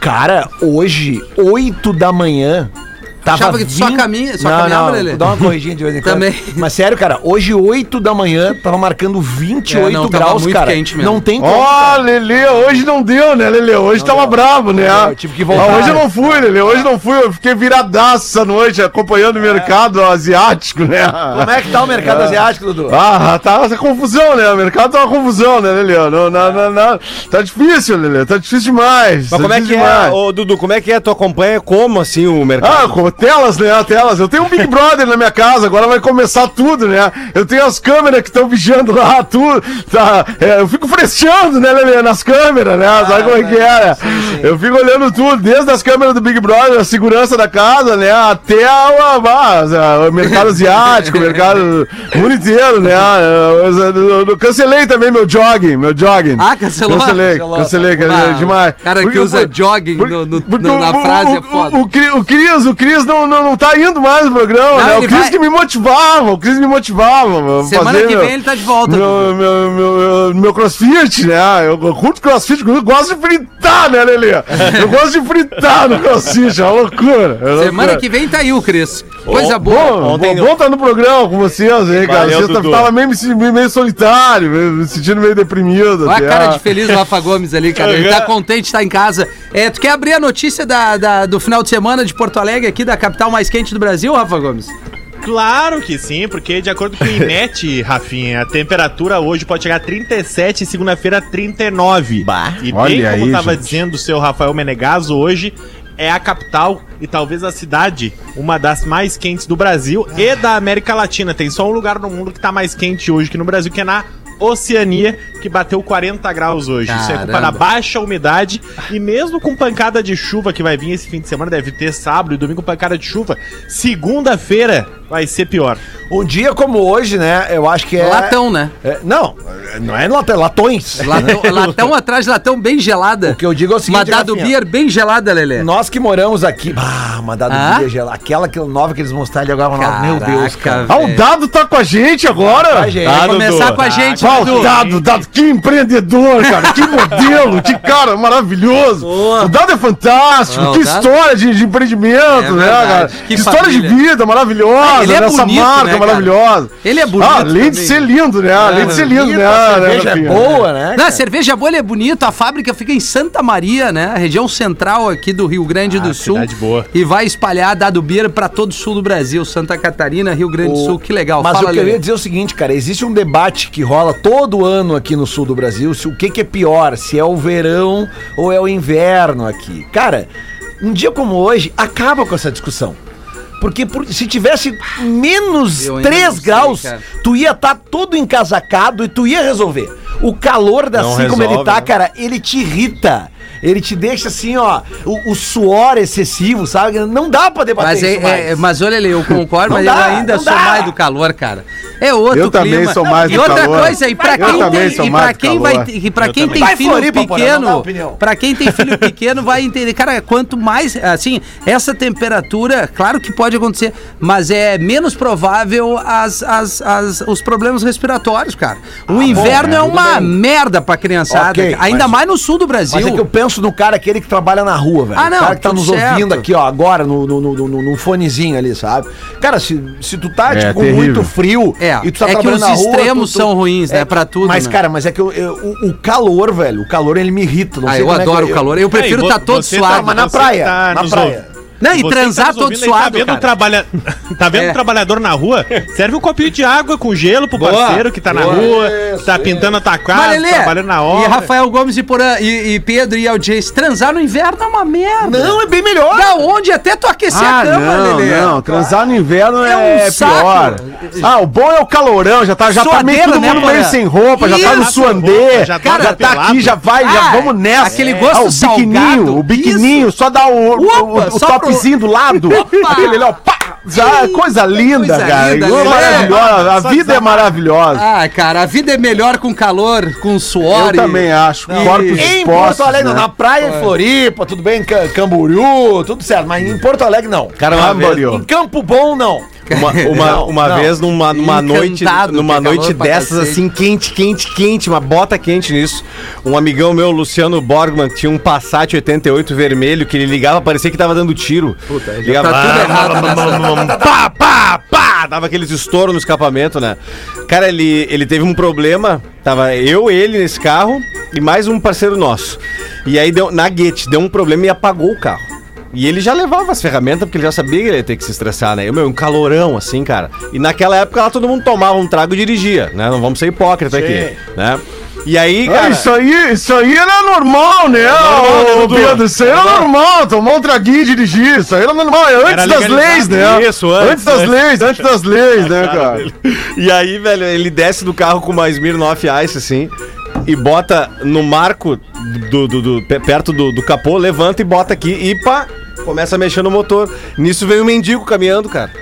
Speaker 2: Cara, hoje, 8 da manhã. Tava
Speaker 1: Achava que tu só caminha- só
Speaker 2: não,
Speaker 1: caminhava,
Speaker 2: não,
Speaker 1: Lelê?
Speaker 2: Dá uma corridinha de vez
Speaker 1: [LAUGHS]
Speaker 2: em quando.
Speaker 1: Também.
Speaker 2: Mas sério, cara, hoje 8 da manhã tava marcando 28
Speaker 1: É, não, tava
Speaker 2: graus,
Speaker 1: muito
Speaker 2: cara.
Speaker 1: quente mesmo.
Speaker 2: não tem como.
Speaker 5: Ó, Lele, hoje não deu, né, Lele? Hoje tava bravo, né?
Speaker 2: deu, eu tive que voltar.
Speaker 5: Ah, hoje eu não fui, Lele. Hoje não fui. Eu fiquei viradaço essa noite, acompanhando o mercado asiático, né?
Speaker 2: É. Como é que tá o
Speaker 1: [LAUGHS]
Speaker 2: mercado asiático, Dudu?
Speaker 5: Ah, tá essa confusão, né? O mercado tá uma confusão, né, Lele? Não, não, não, não. Tá difícil, Lele. Tá difícil demais.
Speaker 3: Mas
Speaker 5: tá
Speaker 3: como é que é,
Speaker 5: difícil demais.
Speaker 3: ô, Dudu, como é que é? Tu acompanha como assim o mercado?
Speaker 5: Ah, como telas, né? Telas. Eu tenho um Big Brother na minha casa, agora vai começar tudo, né? Eu tenho as câmeras que estão vigiando lá, [LAUGHS] tudo. Tá, é, eu fico fresteando, né, Lelê, nas câmeras, né?
Speaker 1: Ah,
Speaker 5: Sabe como é que é? né? Eu fico olhando tudo, desde as câmeras do Big Brother, a segurança da casa, né? Até a, a- o mercado
Speaker 1: [LAUGHS]
Speaker 5: asiático, o mercado o mundo inteiro, né? Eu, eu- eu cancelei também meu jogging, meu jogging.
Speaker 1: Ah, cancelou?
Speaker 5: Cancelei,
Speaker 1: Cancelou.
Speaker 5: cancelei,
Speaker 1: Ah,
Speaker 5: cancelei demais.
Speaker 1: cara que
Speaker 5: Porque-
Speaker 1: usa jogging no- no-
Speaker 5: porque
Speaker 1: no- na
Speaker 5: o-
Speaker 1: frase é
Speaker 5: o-
Speaker 1: foda.
Speaker 5: o- o Cri- o Cris, o Cris não, não, não tá indo mais no programa,
Speaker 1: Não,
Speaker 5: né? O
Speaker 1: ele
Speaker 5: Cris
Speaker 1: vai-
Speaker 5: que me motivava, o Cris me motivava. mano,
Speaker 1: Semana
Speaker 5: fazer
Speaker 1: que vem
Speaker 5: meu-
Speaker 1: ele tá de volta,
Speaker 5: Meu, meu, meu, meu, meu crossfit, né? Eu, eu curto crossfit, eu gosto de fritar, né, Lelê? Eu gosto de fritar no crossfit, é uma loucura. é uma
Speaker 1: Semana
Speaker 5: loucura.
Speaker 1: que vem tá aí o Cris. Coisa boa.
Speaker 5: Bom,
Speaker 3: Ontem
Speaker 5: bom, bom tá no programa com vocês aí, cara.
Speaker 3: Valeu,
Speaker 5: Vocês tá,
Speaker 3: Dudu.
Speaker 5: tava meio, me se- meio, meio solitário, meio- me sentindo meio deprimido.
Speaker 1: Olha a
Speaker 5: até.
Speaker 1: cara de feliz do Rafa Gomes ali, cara. Ele tá contente de estar em casa. É, tu quer abrir a notícia da, da- do final de semana de Porto Alegre, aqui da capital mais quente do Brasil, Rafa Gomes?
Speaker 4: Claro que sim, porque de acordo com o INET, Rafinha, a temperatura hoje pode chegar a 37 e segunda-feira 39.
Speaker 3: Bah.
Speaker 4: E bem
Speaker 5: Olha
Speaker 4: como
Speaker 5: aí,
Speaker 4: estava
Speaker 5: gente.
Speaker 4: dizendo o seu Rafael Menegaso hoje, é a capital e talvez a cidade, uma das mais quentes do Brasil e da América Latina. Tem só um lugar no mundo que tá mais quente hoje que no Brasil, que é na Oceania, que bateu 40 graus hoje. Isso é culpa da
Speaker 1: Caramba.
Speaker 4: baixa umidade e mesmo com pancada de chuva que vai vir esse fim de semana, deve ter sábado e domingo pancada de chuva, segunda-feira vai ser pior.
Speaker 2: Um dia como hoje, né? Eu acho que é.
Speaker 1: Latão, né?
Speaker 2: É, não, é, não é latão, é latões. [LAUGHS]
Speaker 1: Latão, latão atrás, de latão bem gelada.
Speaker 2: O que eu digo é o seguinte,
Speaker 1: Madado
Speaker 2: Rafinha.
Speaker 1: Beer bem gelada, Lelê.
Speaker 2: Nós que moramos aqui. Ah, mandado
Speaker 1: Ah?
Speaker 2: ah? dia gelado. Aquela que, nova que eles mostraram ali agora. nós- Meu Deus, cara.
Speaker 5: Ah, o Dado tá com a gente agora?
Speaker 2: Tá, gente.
Speaker 1: Vai
Speaker 2: Dado,
Speaker 1: começar
Speaker 4: Dudu.
Speaker 1: com a gente,
Speaker 5: Pau,
Speaker 1: Dudu.
Speaker 2: tá.
Speaker 5: Dado, Dado, que empreendedor, cara, que modelo, que cara maravilhoso. O Dado é fantástico,
Speaker 1: Não,
Speaker 5: que
Speaker 1: o Dado-
Speaker 5: história de, de empreendimento,
Speaker 1: É
Speaker 5: né,
Speaker 1: verdade,
Speaker 5: cara?
Speaker 1: que
Speaker 5: Que, história de
Speaker 1: família.
Speaker 5: vida maravilhosa,
Speaker 1: Ah, ele é
Speaker 5: né, essa
Speaker 1: bonito, né,
Speaker 5: marca
Speaker 1: cara?
Speaker 5: maravilhosa.
Speaker 1: Ele é bonito
Speaker 5: Ah, além de
Speaker 1: também. É.
Speaker 5: ser lindo, né? além de ser lindo, né?
Speaker 2: A
Speaker 5: né,
Speaker 2: cerveja é
Speaker 5: Rafinha?
Speaker 2: boa, né?
Speaker 1: Não, a cerveja boa ele é bonito, a fábrica fica em Santa Maria, né? A região central aqui do Rio Grande do Sul.
Speaker 4: Ah, cidade boa.
Speaker 1: E vai espalhar dado beer pra todo o sul do Brasil, Santa Catarina, Rio Grande do Sul. Que legal.
Speaker 2: Mas eu
Speaker 1: Lelê.
Speaker 2: queria dizer é o seguinte, cara, existe um debate que rola todo ano aqui no sul do Brasil, se o que, que é pior, se é o verão ou é o inverno aqui. Cara, um dia como hoje, acaba com essa discussão. Porque por- se tivesse menos
Speaker 1: Eu ainda não
Speaker 2: 3
Speaker 1: sei,
Speaker 2: graus,
Speaker 1: cara.
Speaker 2: tu ia estar todo encasacado e tu ia resolver. O calor da
Speaker 3: Não
Speaker 2: assim como ele
Speaker 3: resolve,
Speaker 2: tá,
Speaker 3: né?
Speaker 2: cara, ele te irrita. Ele te deixa assim, ó, o, o suor excessivo, sabe? Não dá pra debater
Speaker 1: Mas, é,
Speaker 2: isso mais.
Speaker 1: é- mas olha ali, eu concordo,
Speaker 2: Não
Speaker 1: mas eu
Speaker 2: dá,
Speaker 1: ainda
Speaker 2: não
Speaker 1: sou
Speaker 2: dá.
Speaker 1: mais do calor, cara. É outro
Speaker 5: Eu também
Speaker 1: clima.
Speaker 5: sou mais
Speaker 1: e
Speaker 5: do
Speaker 1: outra
Speaker 5: calor.
Speaker 1: coisa, e pra
Speaker 5: Eu
Speaker 1: quem
Speaker 5: também
Speaker 1: tem,
Speaker 5: sou
Speaker 1: e pra
Speaker 5: mais do
Speaker 1: quem
Speaker 5: calor.
Speaker 1: vai, e pra quem tem
Speaker 2: Vai
Speaker 1: filho
Speaker 2: Floripa, porra, não dá
Speaker 1: pequeno,
Speaker 2: opinião.
Speaker 1: pra quem
Speaker 2: [LAUGHS]
Speaker 1: tem filho pequeno vai entender. Cara, quanto mais, assim, essa temperatura, claro que pode acontecer, mas é menos provável as, as, as- os problemas respiratórios, cara.
Speaker 2: Ah,
Speaker 1: O inverno é uma merda pra criançada,
Speaker 2: né? um. Ok,
Speaker 1: cara. ainda
Speaker 2: mas-
Speaker 1: mais no sul do Brasil.
Speaker 2: Mas é que eu penso no cara aquele que trabalha na rua, velho.
Speaker 1: Ah, não,
Speaker 2: O cara que tá
Speaker 1: tudo
Speaker 2: nos
Speaker 1: certo.
Speaker 2: ouvindo aqui, ó, agora, no, no, no, no- num fonezinho ali, sabe? Cara, se, se tu
Speaker 4: É,
Speaker 2: tá, tipo, com muito frio
Speaker 1: É,
Speaker 2: e tu tá
Speaker 1: é que
Speaker 2: trabalhando
Speaker 1: os
Speaker 2: na rua...
Speaker 1: extremos
Speaker 2: tu- tu-
Speaker 1: são ruins, né, pra tudo,
Speaker 2: Mas,
Speaker 1: né?
Speaker 2: cara, mas é que eu- eu- o, o calor, velho, o calor ele me irrita. Não
Speaker 1: Ah,
Speaker 2: sei
Speaker 1: eu
Speaker 2: como é que
Speaker 1: adoro o calor. Eu prefiro
Speaker 4: Aí,
Speaker 1: estar
Speaker 4: vo-
Speaker 1: todo
Speaker 4: você
Speaker 1: suado.
Speaker 4: tá-
Speaker 2: Mas na
Speaker 4: Você
Speaker 2: praia,
Speaker 4: tá
Speaker 2: na
Speaker 4: nos
Speaker 2: praia.
Speaker 1: Não, e
Speaker 4: Você que
Speaker 1: transar
Speaker 4: tá nos
Speaker 1: todo
Speaker 4: ouvindo aí,
Speaker 1: suado,
Speaker 4: Tá vendo,
Speaker 1: cara.
Speaker 4: um trabalha... tá vendo
Speaker 1: É.
Speaker 4: um trabalhador na rua? Serve um copinho de água com gelo pro
Speaker 1: Boa.
Speaker 4: parceiro que tá na rua, tá pintando a tua casa,
Speaker 1: Mas, Lelê,
Speaker 4: trabalhando na
Speaker 1: E
Speaker 4: obra.
Speaker 1: Rafael Gomes e, Porã, e, e Pedro e audiência. Transar no inverno é uma merda.
Speaker 2: Não, é bem melhor.
Speaker 1: Da onde até tu aquecer
Speaker 5: Ah,
Speaker 1: a cama,
Speaker 5: não,
Speaker 1: Lelê.
Speaker 5: não, transar no inverno
Speaker 1: É um
Speaker 5: é,
Speaker 1: saco.
Speaker 5: pior. Ah, o bom é o calorão, já tá, já tá meio
Speaker 1: Suadeira,
Speaker 5: todo
Speaker 1: né,
Speaker 5: mundo
Speaker 1: Porã?
Speaker 5: meio sem roupa, já tá no
Speaker 1: Isso.
Speaker 5: suandê,
Speaker 4: Já tá
Speaker 5: cara, já tá
Speaker 4: pelado.
Speaker 5: aqui, já vai, já
Speaker 1: Ah,
Speaker 5: vamos nessa. Ah,
Speaker 1: aquele gosto
Speaker 5: o
Speaker 1: salgado.
Speaker 5: biquininho, o biquininho, só dá o, o,
Speaker 1: Opa,
Speaker 5: o
Speaker 1: só
Speaker 5: topzinho do lado.
Speaker 1: Opa.
Speaker 5: [LAUGHS] Aquele ali, ó, pá, já,
Speaker 1: Ih,
Speaker 5: coisa linda,
Speaker 1: coisa
Speaker 5: ah, cara.
Speaker 1: linda,
Speaker 5: Coisa
Speaker 1: né?
Speaker 5: maravilhosa, a
Speaker 4: Só
Speaker 5: vida é
Speaker 4: desabafo.
Speaker 5: maravilhosa.
Speaker 1: Ah, cara, a vida é melhor com calor, com suor. e- [LAUGHS]
Speaker 5: Eu também acho, corpos
Speaker 2: Em
Speaker 5: expostos,
Speaker 2: Porto Alegre,
Speaker 5: né?
Speaker 2: não, na praia, em Floripa, tudo bem, em Ca- Camboriú, tudo certo. Mas em Porto Alegre, não.
Speaker 3: Cara, uma vez-
Speaker 5: Camboriú.
Speaker 2: Em Campo Bom, não.
Speaker 1: [LAUGHS]
Speaker 3: Uma, uma,
Speaker 2: Não,
Speaker 3: uma
Speaker 2: não.
Speaker 3: vez numa, numa noite,
Speaker 1: Encantado,
Speaker 3: numa
Speaker 1: que calor
Speaker 3: noite
Speaker 1: pra
Speaker 3: dessas,
Speaker 1: cacete.
Speaker 3: assim, quente, quente, quente, uma bota quente nisso. Um amigão meu, Luciano Borgman, tinha um Passat 88 vermelho que ele ligava, parecia que tava dando tiro. Puta, ligava, Ah,
Speaker 1: tá tudo errado
Speaker 3: pá, pá, pá, pá, pá, dava aqueles estouros no escapamento, né? Cara, ele, ele teve um problema, tava eu, ele nesse carro e mais um parceiro nosso. E aí, deu, na Guete, deu um problema e apagou o carro. E ele já levava as ferramentas, porque ele já sabia que ele ia ter que se estressar, né? E, meu, um calorão, assim, cara. E naquela época lá todo mundo tomava um trago e dirigia, né? Não vamos ser hipócritas aqui, né? E aí,
Speaker 5: Ah,
Speaker 3: cara...
Speaker 5: isso aí, isso aí era normal, né,
Speaker 3: normal,
Speaker 5: ô,
Speaker 3: né, Dudu?
Speaker 5: Pedro? Isso aí era normal, tomar um traguinho e dirigir, isso aí era normal, é antes das
Speaker 3: legalizado.
Speaker 5: leis, né?
Speaker 3: Isso, antes,
Speaker 5: das
Speaker 3: antes.
Speaker 5: leis, antes das
Speaker 3: [LAUGHS]
Speaker 5: leis, né, cara?
Speaker 3: E aí, velho, ele desce do carro com uma Smirnoff Ice, assim, e bota no marco do, do- do- pe- perto do, do capô, levanta e bota aqui, e pá, começa a mexer no motor. Nisso vem um mendigo caminhando, cara.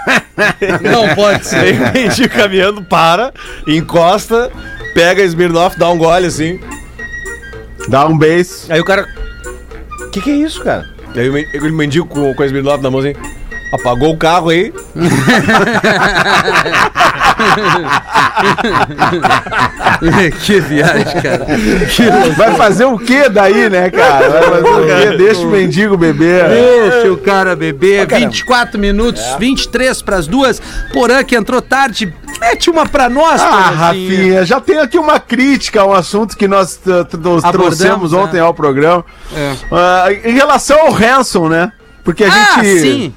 Speaker 1: [LAUGHS] Não pode ser.
Speaker 3: Vem um mendigo caminhando, para, encosta, pega a Smirnoff, dá um gole, assim.
Speaker 5: Dá um beijo.
Speaker 3: Aí o cara... O que que é isso, cara? E aí o men- o mendigo com, com a Smirnoff na mão, assim, apagou o carro aí...
Speaker 1: que viagem, cara.
Speaker 5: Vai fazer o quê daí, né, cara? Vai fazer o quê? Deixa o mendigo beber. É.
Speaker 1: Deixa o cara beber. 24 minutos, 23 pras duas. Porã que entrou tarde, mete uma pra nós,
Speaker 5: Ah,
Speaker 1: Porãzinho.
Speaker 5: Rafinha, já tem aqui uma crítica a um assunto que nós t- t- nos
Speaker 1: Abordamos,
Speaker 5: trouxemos
Speaker 1: né?
Speaker 5: ontem ao programa.
Speaker 1: É.
Speaker 5: Ah, em relação ao Hanson, né? Porque a
Speaker 1: Ah,
Speaker 5: gente.
Speaker 1: sim.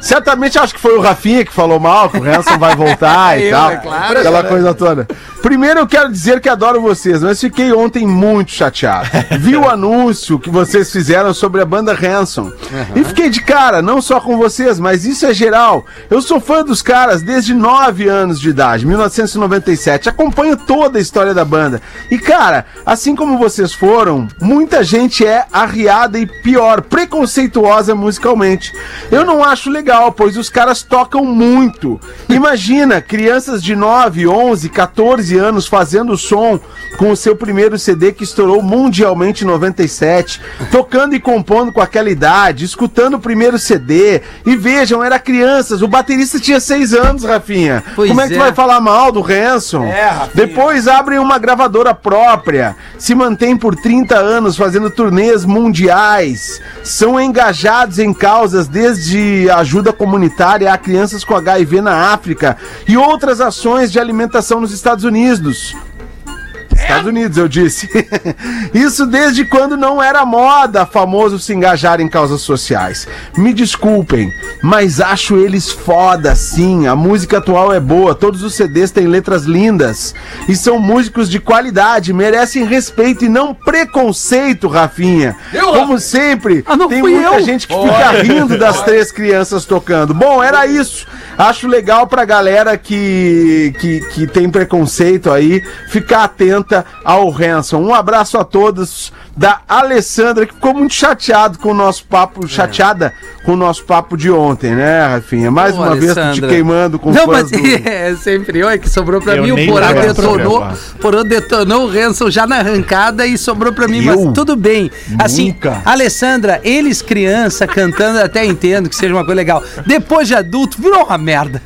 Speaker 5: Certamente acho que foi o Rafinha que falou mal, que o Hanson vai voltar e
Speaker 1: Eu,
Speaker 5: tal.
Speaker 1: é claro.
Speaker 5: Aquela coisa toda. Primeiro eu quero dizer que adoro vocês, mas fiquei ontem muito
Speaker 1: [LAUGHS]
Speaker 5: chateado. Vi o anúncio que vocês fizeram sobre a banda Hanson. E fiquei de cara, não só com vocês, mas isso é geral. Eu sou fã dos caras desde 9 anos de idade, 1997. Acompanho toda a história da banda. E cara, assim como vocês foram, muita gente é arriada e pior, preconceituosa musicalmente. Eu não acho legal, pois os caras tocam muito. Imagina crianças de 9, 11, 14 anos fazendo som com o seu primeiro CD que estourou mundialmente em 97, tocando e compondo com aquela idade, escutando o primeiro CD. E vejam, era crianças, o baterista tinha 6 anos, Rafinha.
Speaker 1: Pois
Speaker 5: Como é que
Speaker 1: é.
Speaker 5: tu vai falar mal do Hanson?
Speaker 2: É, Rafinha.
Speaker 5: Depois abrem uma gravadora própria, se mantém por 30 anos fazendo turnês mundiais, são engajados em causas desde ajuda comunitária a crianças com HIV na África e outras ações de alimentação nos Estados Unidos. Estados
Speaker 1: É?
Speaker 5: Unidos, eu disse. [LAUGHS] Isso desde quando não era moda famoso se engajar em causas sociais. Me desculpem, mas acho eles foda, sim. A música atual é boa, todos os CDs têm letras lindas. E são músicos de qualidade, merecem respeito e não preconceito, Rafinha. Como sempre,
Speaker 1: Ah, não
Speaker 5: tem
Speaker 1: fui
Speaker 5: muita
Speaker 1: eu.
Speaker 5: gente que fica rindo das três crianças tocando. Bom, era isso. Acho legal pra galera que, que, que tem preconceito aí ficar atenta ao Hanson. Um abraço a todos da Alessandra, que ficou muito chateado com o nosso
Speaker 1: É.
Speaker 5: papo, chateada com o nosso papo de ontem, né, Rafinha? Mais
Speaker 1: Ô,
Speaker 5: uma vez tu te
Speaker 1: Alessandra.
Speaker 5: queimando com
Speaker 1: Não, mas
Speaker 5: fãs
Speaker 1: [LAUGHS]
Speaker 5: do...
Speaker 1: é sempre eu é que sobrou pra
Speaker 4: Eu
Speaker 1: mim. O
Speaker 4: nem
Speaker 1: Porá
Speaker 4: lembro.
Speaker 1: detonou,
Speaker 4: Programa.
Speaker 1: Porã detonou o Hanson já na arrancada e sobrou pra mim,
Speaker 5: Eu?
Speaker 1: mas tudo bem. Assim, Alessandra, eles criança cantando, eu até entendo que seja uma coisa legal. Depois de adulto, virou uma merda.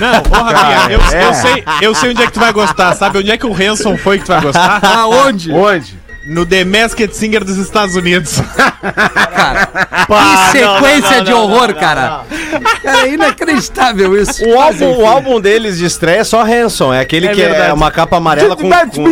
Speaker 4: Não, ô
Speaker 1: Ah,
Speaker 4: Rafinha, eu, eu sei, eu sei onde é que tu vai gostar, sabe? Onde é que o Hanson foi que tu vai gostar?
Speaker 1: Aonde?
Speaker 5: Onde?
Speaker 4: No The Masked Singer dos Estados Unidos.
Speaker 1: Cara, que sequência de horror, cara. Cara, é inacreditável isso.
Speaker 3: O
Speaker 1: Mas,
Speaker 3: álbum,
Speaker 1: enfim.
Speaker 3: o álbum deles de estreia é só Hanson. É aquele que é uma capa amarela com... com... É, que tem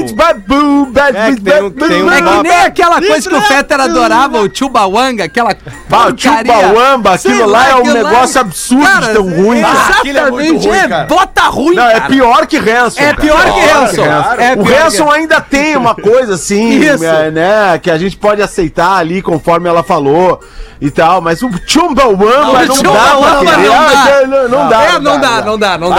Speaker 3: um- tem um
Speaker 1: Não é que
Speaker 3: Bob.
Speaker 1: nem aquela coisa que o Fetter adorava, o Chubawanga, aquela
Speaker 5: Bah, o
Speaker 1: porcaria.
Speaker 5: Chubawanga, aquilo
Speaker 1: Sei
Speaker 5: lá é um
Speaker 1: aquilo
Speaker 5: negócio absurdo de tão ruim.
Speaker 3: Ah, aquilo é
Speaker 1: Exatamente,
Speaker 3: muito ruim,
Speaker 1: é,
Speaker 3: cara.
Speaker 1: bota ruim,
Speaker 5: Não, é
Speaker 1: cara.
Speaker 5: pior que Hanson.
Speaker 1: É
Speaker 5: cara.
Speaker 1: pior que Hanson. É
Speaker 5: o
Speaker 1: pior que
Speaker 5: Hanson ainda tem uma coisa
Speaker 1: [LAUGHS]
Speaker 5: assim,
Speaker 1: Isso.
Speaker 5: é, né? Que a gente pode aceitar ali, conforme ela falou e tal, mas o Chumbawamba
Speaker 1: Não,
Speaker 5: não,
Speaker 1: o
Speaker 5: dá pra
Speaker 1: Chumbawamba
Speaker 5: querer.
Speaker 1: não dá.
Speaker 5: Ah, não- não dá.
Speaker 1: É, não dá, não dá, não dá, não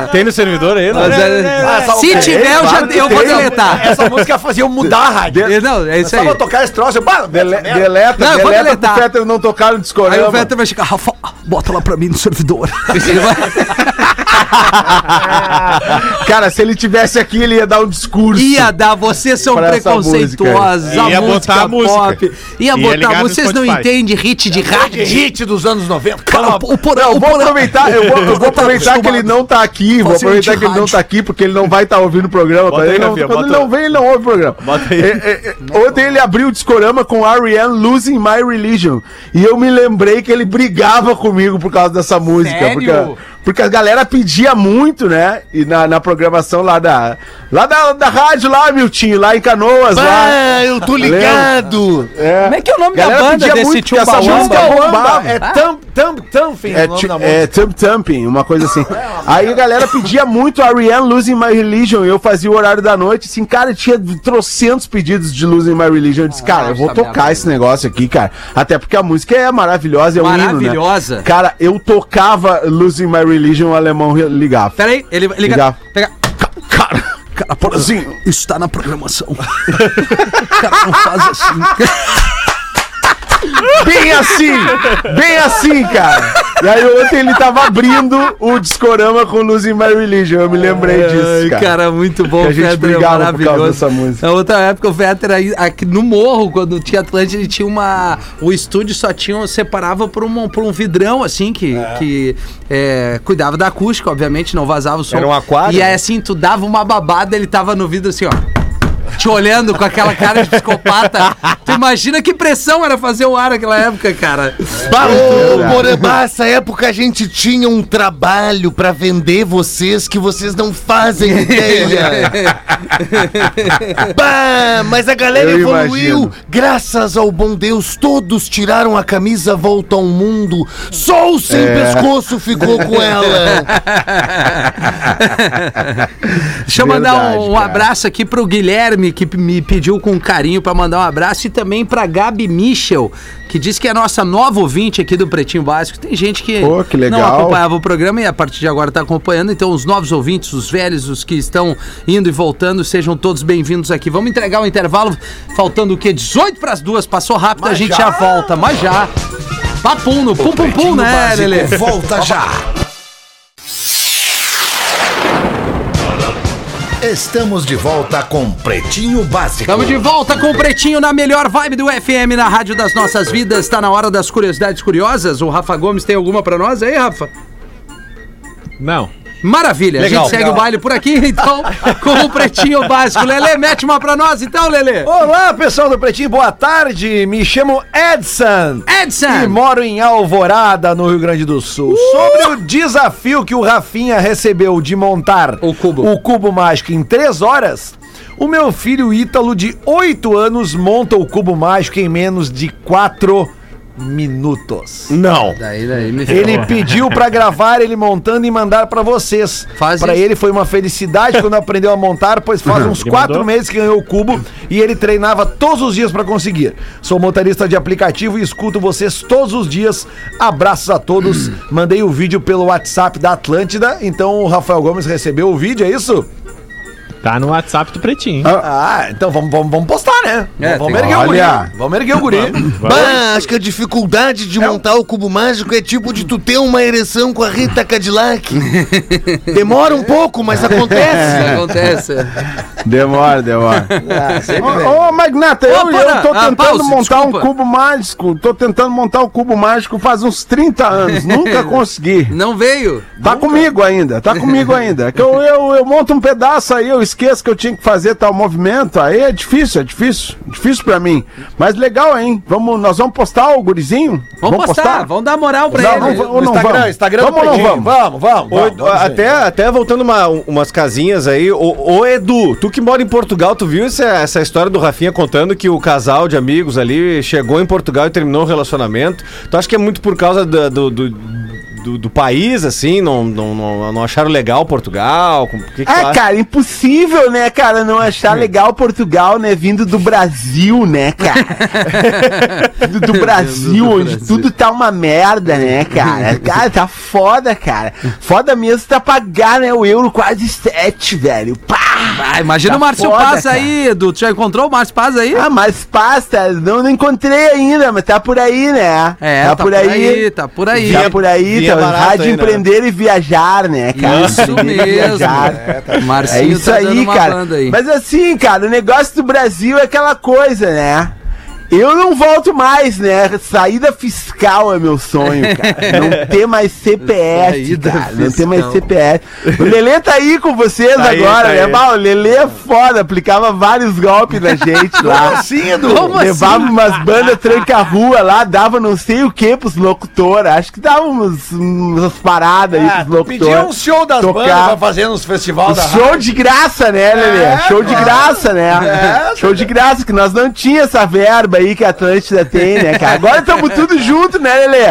Speaker 1: dá.
Speaker 3: Tem no servidor aí,
Speaker 1: Mas
Speaker 3: né?
Speaker 1: é-
Speaker 2: Ah, essa
Speaker 1: Se
Speaker 2: música-
Speaker 1: tiver, eu já
Speaker 5: claro que
Speaker 1: eu vou
Speaker 5: tem.
Speaker 1: deletar.
Speaker 2: Essa música fazia eu mudar a rádio.
Speaker 1: Não, é isso aí.
Speaker 2: Tava tocar esse troço, eu... Bah,
Speaker 5: Dele-
Speaker 2: essa merda.
Speaker 5: deleta,
Speaker 1: Não, eu vou
Speaker 5: deleta pro
Speaker 1: deletar.
Speaker 5: Fetter não tocar no
Speaker 1: Aí
Speaker 5: discorama.
Speaker 1: o Vetter vai chegar, Rafa, bota lá pra mim no
Speaker 5: [LAUGHS]
Speaker 1: servidor. Ele vai-
Speaker 5: Cara, se ele tivesse aqui, ele ia dar um discurso.
Speaker 1: Ia dar, vocês são
Speaker 5: Pra essa
Speaker 1: preconceituosos,
Speaker 4: música.
Speaker 1: a
Speaker 4: Ia
Speaker 1: música
Speaker 4: botar a música.
Speaker 1: pop. Ia
Speaker 4: Ia
Speaker 1: botar,
Speaker 4: ligar no
Speaker 1: vocês não
Speaker 4: Spotify.
Speaker 1: entendem hit de
Speaker 2: Grande
Speaker 1: rádio.
Speaker 4: [LAUGHS]
Speaker 2: hit dos anos 90.
Speaker 1: Cara,
Speaker 2: Cala a
Speaker 1: [LAUGHS] o Porã,
Speaker 5: Eu
Speaker 1: o
Speaker 5: vou
Speaker 1: Porã-
Speaker 5: aproveitar, eu vou, eu vou aproveitar que ele não tá aqui, vou
Speaker 1: Fazer um
Speaker 5: aproveitar que ele não
Speaker 1: anti-rádio.
Speaker 5: tá aqui, porque ele não vai estar ouvindo o programa.
Speaker 3: Bota
Speaker 5: tá? Ele
Speaker 3: aí,
Speaker 5: não-
Speaker 3: Rafinha,
Speaker 5: quando ele
Speaker 3: bota-
Speaker 5: não vem, ele não ouve o programa.
Speaker 3: Bota aí.
Speaker 5: É, é, é, ontem ele abriu o discorama com Ariane Losing My Religion. E eu me lembrei que ele brigava comigo por causa dessa música.
Speaker 1: Sério?
Speaker 5: Porque, porque a galera pedia muito, né? E na, na programação lá da. Lá da, da rádio, lá, Miltinho, lá em Canoas, lá.
Speaker 6: eu tô
Speaker 1: Como é que é o nome da
Speaker 5: Galera
Speaker 1: banda
Speaker 5: pedia
Speaker 1: desse
Speaker 5: muito que essa
Speaker 1: Chumbawamba?
Speaker 5: música um bombava.
Speaker 2: É tam, tam, tam, filho,
Speaker 5: É,
Speaker 2: o nome
Speaker 5: tu-
Speaker 2: da música.
Speaker 5: é Thumb Thumping, uma coisa assim. Aí a galera pedia muito a Rihanna Losing My Religion. e Eu fazia o horário da noite, assim, cara, tinha trocentos pedidos de Losing My Religion. Eu disse, cara, eu vou
Speaker 1: essa merda.
Speaker 5: tocar esse negócio aqui, cara. Até porque a música é maravilhosa, é um hino, né?
Speaker 1: Maravilhosa.
Speaker 5: Cara, eu tocava Losing My Religion, o alemão re- ligava.
Speaker 1: Pera aí, ele liga.
Speaker 5: Ligar.
Speaker 1: Pega.
Speaker 5: Cara, cara, porazinho.
Speaker 1: Isso tá na programação. cara, não faz assim.
Speaker 5: Bem assim! Bem assim, cara! E aí ontem ele tava abrindo o discorama com Losing My Religion. Eu me lembrei disso,
Speaker 1: Ai,
Speaker 5: cara.
Speaker 1: cara, muito bom.
Speaker 5: Que a gente
Speaker 1: Fetter é
Speaker 5: brigava por causa dessa música.
Speaker 1: Na outra época, o Vetter aí, aqui no morro, quando tinha Atlântida, ele tinha uma. O estúdio só tinha. Separava por um, por um vidrão, assim, que, que é, cuidava da acústica, obviamente, não vazava o som.
Speaker 3: Era um aquário,
Speaker 1: E aí,
Speaker 3: né?
Speaker 1: assim, tu dava uma babada, ele tava no vidro assim, ó. te olhando com aquela cara de psicopata. tu imagina que pressão era fazer o ar naquela época, cara.
Speaker 7: Ô, Morambá, essa época a gente tinha um trabalho pra vender vocês que vocês não
Speaker 5: [LAUGHS]
Speaker 7: fazem
Speaker 1: [LAUGHS]
Speaker 7: ideia. bah, mas a galera
Speaker 5: Eu
Speaker 7: evoluiu.
Speaker 5: imagino.
Speaker 7: Graças ao bom Deus, todos tiraram a camisa volta ao mundo. Só o sem
Speaker 2: É.
Speaker 7: pescoço ficou com
Speaker 2: [LAUGHS]
Speaker 7: ela.
Speaker 1: Deixa eu mandar
Speaker 5: Verdade,
Speaker 1: um, um
Speaker 5: cara.
Speaker 1: abraço aqui pro Guilherme, que p- me pediu com carinho pra mandar um abraço, e também pra Gabi Michel, que diz que é nossa nova ouvinte aqui do Pretinho Básico. Tem gente que,
Speaker 5: Pô, que
Speaker 1: não
Speaker 5: legal.
Speaker 1: acompanhava o programa e a partir de agora tá acompanhando. Então, os novos ouvintes, os velhos, os que estão indo e voltando, sejam todos bem-vindos aqui. Vamos entregar o intervalo, faltando o quê? 18 pras duas, passou rápido, a gente já, volta, mas já. Papum no pum pum pum, né, Lelê?
Speaker 7: Volta já.
Speaker 8: Estamos de volta com Pretinho Básico.
Speaker 1: Estamos de volta com o Pretinho na melhor vibe do FM, na Rádio das Nossas Vidas. Está na hora das curiosidades curiosas. O Rafa Gomes tem alguma para nós aí, Rafa?
Speaker 4: Não.
Speaker 1: Maravilha, a
Speaker 4: Legal.
Speaker 1: gente segue o baile por aqui, [LAUGHS] então, com o Pretinho Básico. Lelê, mete uma para nós então, Lelê.
Speaker 2: Olá, pessoal do Pretinho, boa tarde. Me chamo Edson. E
Speaker 1: Edson!
Speaker 2: moro em Alvorada, no Rio Grande do Sul.
Speaker 1: Uh!
Speaker 2: Sobre o desafio que o Rafinha recebeu de montar
Speaker 1: O cubo.
Speaker 2: o cubo mágico em três horas, o meu filho Ítalo, de 8 anos, monta o cubo mágico em menos de 4 minutos.
Speaker 5: Não.
Speaker 1: Daí, daí, me
Speaker 2: Ele
Speaker 1: ferrou.
Speaker 2: pediu pra gravar ele montando e mandar pra vocês.
Speaker 1: Faz
Speaker 2: Pra
Speaker 1: isso.
Speaker 2: ele foi uma felicidade quando aprendeu a montar, pois faz uns
Speaker 4: Ele
Speaker 2: quatro
Speaker 4: mandou?
Speaker 2: meses que ganhou o cubo e ele treinava todos os dias pra conseguir. Sou motorista de aplicativo e escuto vocês todos os dias. Abraços a todos. Mandei o vídeo pelo WhatsApp da Atlântida, então o Rafael Gomes recebeu o vídeo, é isso?
Speaker 4: Tá no WhatsApp do Pretinho.
Speaker 2: Ah, então vamos, vamos, vamos postar, né?
Speaker 1: É,
Speaker 2: vamos
Speaker 1: tem
Speaker 2: erguer o guri.
Speaker 5: Olha.
Speaker 2: Vamos erguer o guri.
Speaker 7: Bah, acho que a dificuldade de montar o cubo mágico é tipo de tu ter uma ereção com a Rita Cadillac.
Speaker 9: [LAUGHS]
Speaker 7: Demora um pouco, mas
Speaker 1: Isso
Speaker 7: acontece.
Speaker 1: [LAUGHS] acontece.
Speaker 5: Demora, demora. Ô, ô, Magnata, eu,
Speaker 1: Ô, Porã,
Speaker 5: eu tô
Speaker 1: ah,
Speaker 5: tentando
Speaker 1: Pause,
Speaker 5: montar
Speaker 1: desculpa.
Speaker 5: um cubo mágico. Tô tentando montar o cubo mágico faz uns 30 anos. Nunca consegui.
Speaker 1: Não veio.
Speaker 5: Tá comigo ainda, tá comigo ainda. Que eu, eu, eu monto um pedaço aí, eu esqueço que eu tinha que fazer tal movimento. Aí é difícil, é difícil. Difícil pra mim. Mas legal, hein? Vamos, nós vamos postar o gurizinho?
Speaker 1: Vamos, postar, vamos dar moral pra
Speaker 5: Não,
Speaker 1: ele.
Speaker 5: vamos- ou não vamos? Vamos ou não
Speaker 2: Vamos,
Speaker 5: vamos?
Speaker 2: vamos, vamos.
Speaker 3: Ô,
Speaker 2: vamos, vamos
Speaker 3: até, até voltando uma- umas casinhas aí, ô, ô, Edu, tu que mora em Portugal, tu viu essa, essa história do Rafinha contando que o casal de amigos ali chegou em Portugal e terminou o relacionamento? Tu acha que é muito por causa da- do, do, do- do país, assim? Não, não, não, não acharam legal Portugal? Como- O que que tu
Speaker 9: Ah,
Speaker 3: acha?
Speaker 9: cara, impossível, né, cara, não achar legal Portugal, né, vindo do Brasil, né, cara? do, do
Speaker 1: [LAUGHS]
Speaker 9: Brasil, onde tudo tá uma merda, né, cara? Cara, tá foda, cara. Foda mesmo tá pagar, né, o euro quase 7, velho. Pá!
Speaker 1: Ah, imagina
Speaker 9: Tá
Speaker 1: o Márcio
Speaker 9: foda,
Speaker 1: Paz
Speaker 9: cara.
Speaker 1: aí, Edu. Tu já encontrou o Márcio Paz aí?
Speaker 9: Ah, mas pasta, não, não encontrei ainda, mas tá por aí, né?
Speaker 1: É, tá por aí, tá por aí.
Speaker 9: Tá por aí,
Speaker 3: Vinha
Speaker 9: tá
Speaker 3: barato
Speaker 9: rádio
Speaker 3: aí, né?
Speaker 9: empreender e viajar, né, cara?
Speaker 1: Isso
Speaker 9: Empreender e
Speaker 1: mesmo.
Speaker 9: viajar. É
Speaker 1: Marcinho
Speaker 9: isso
Speaker 1: tá dando
Speaker 9: aí,
Speaker 1: uma
Speaker 9: cara.
Speaker 1: banda aí.
Speaker 9: Mas assim, cara, o negócio do Brasil é aquela coisa, né? Eu não volto mais, né? Saída fiscal é meu sonho, cara. Não ter mais CPF,
Speaker 1: Saída
Speaker 9: cara. Não ter
Speaker 1: fiscal.
Speaker 9: mais CPF. O Lelê tá aí com vocês
Speaker 3: Tá aí,
Speaker 9: agora,
Speaker 3: tá
Speaker 9: né?
Speaker 3: aí.
Speaker 9: Bah, o Lelê é foda, aplicava vários golpes na gente lá.
Speaker 7: Sim, Edu.
Speaker 1: Como
Speaker 9: Levava umas bandas tranca-rua lá, dava não sei o que pros locutores. Acho que dava uns- umas paradas aí pros
Speaker 2: Pedir um
Speaker 9: locutores.
Speaker 2: show das
Speaker 9: Tocar.
Speaker 2: bandas pra fazer nos festival da
Speaker 9: Show de graça, né, Lelê?
Speaker 1: É,
Speaker 9: Show de graça, né?
Speaker 2: É,
Speaker 9: Show de graça, que nós não tinha essa verba aí que a Atlântida tem, né, cara? Agora estamos
Speaker 1: [LAUGHS] É.
Speaker 9: tudo junto, né, Lelê?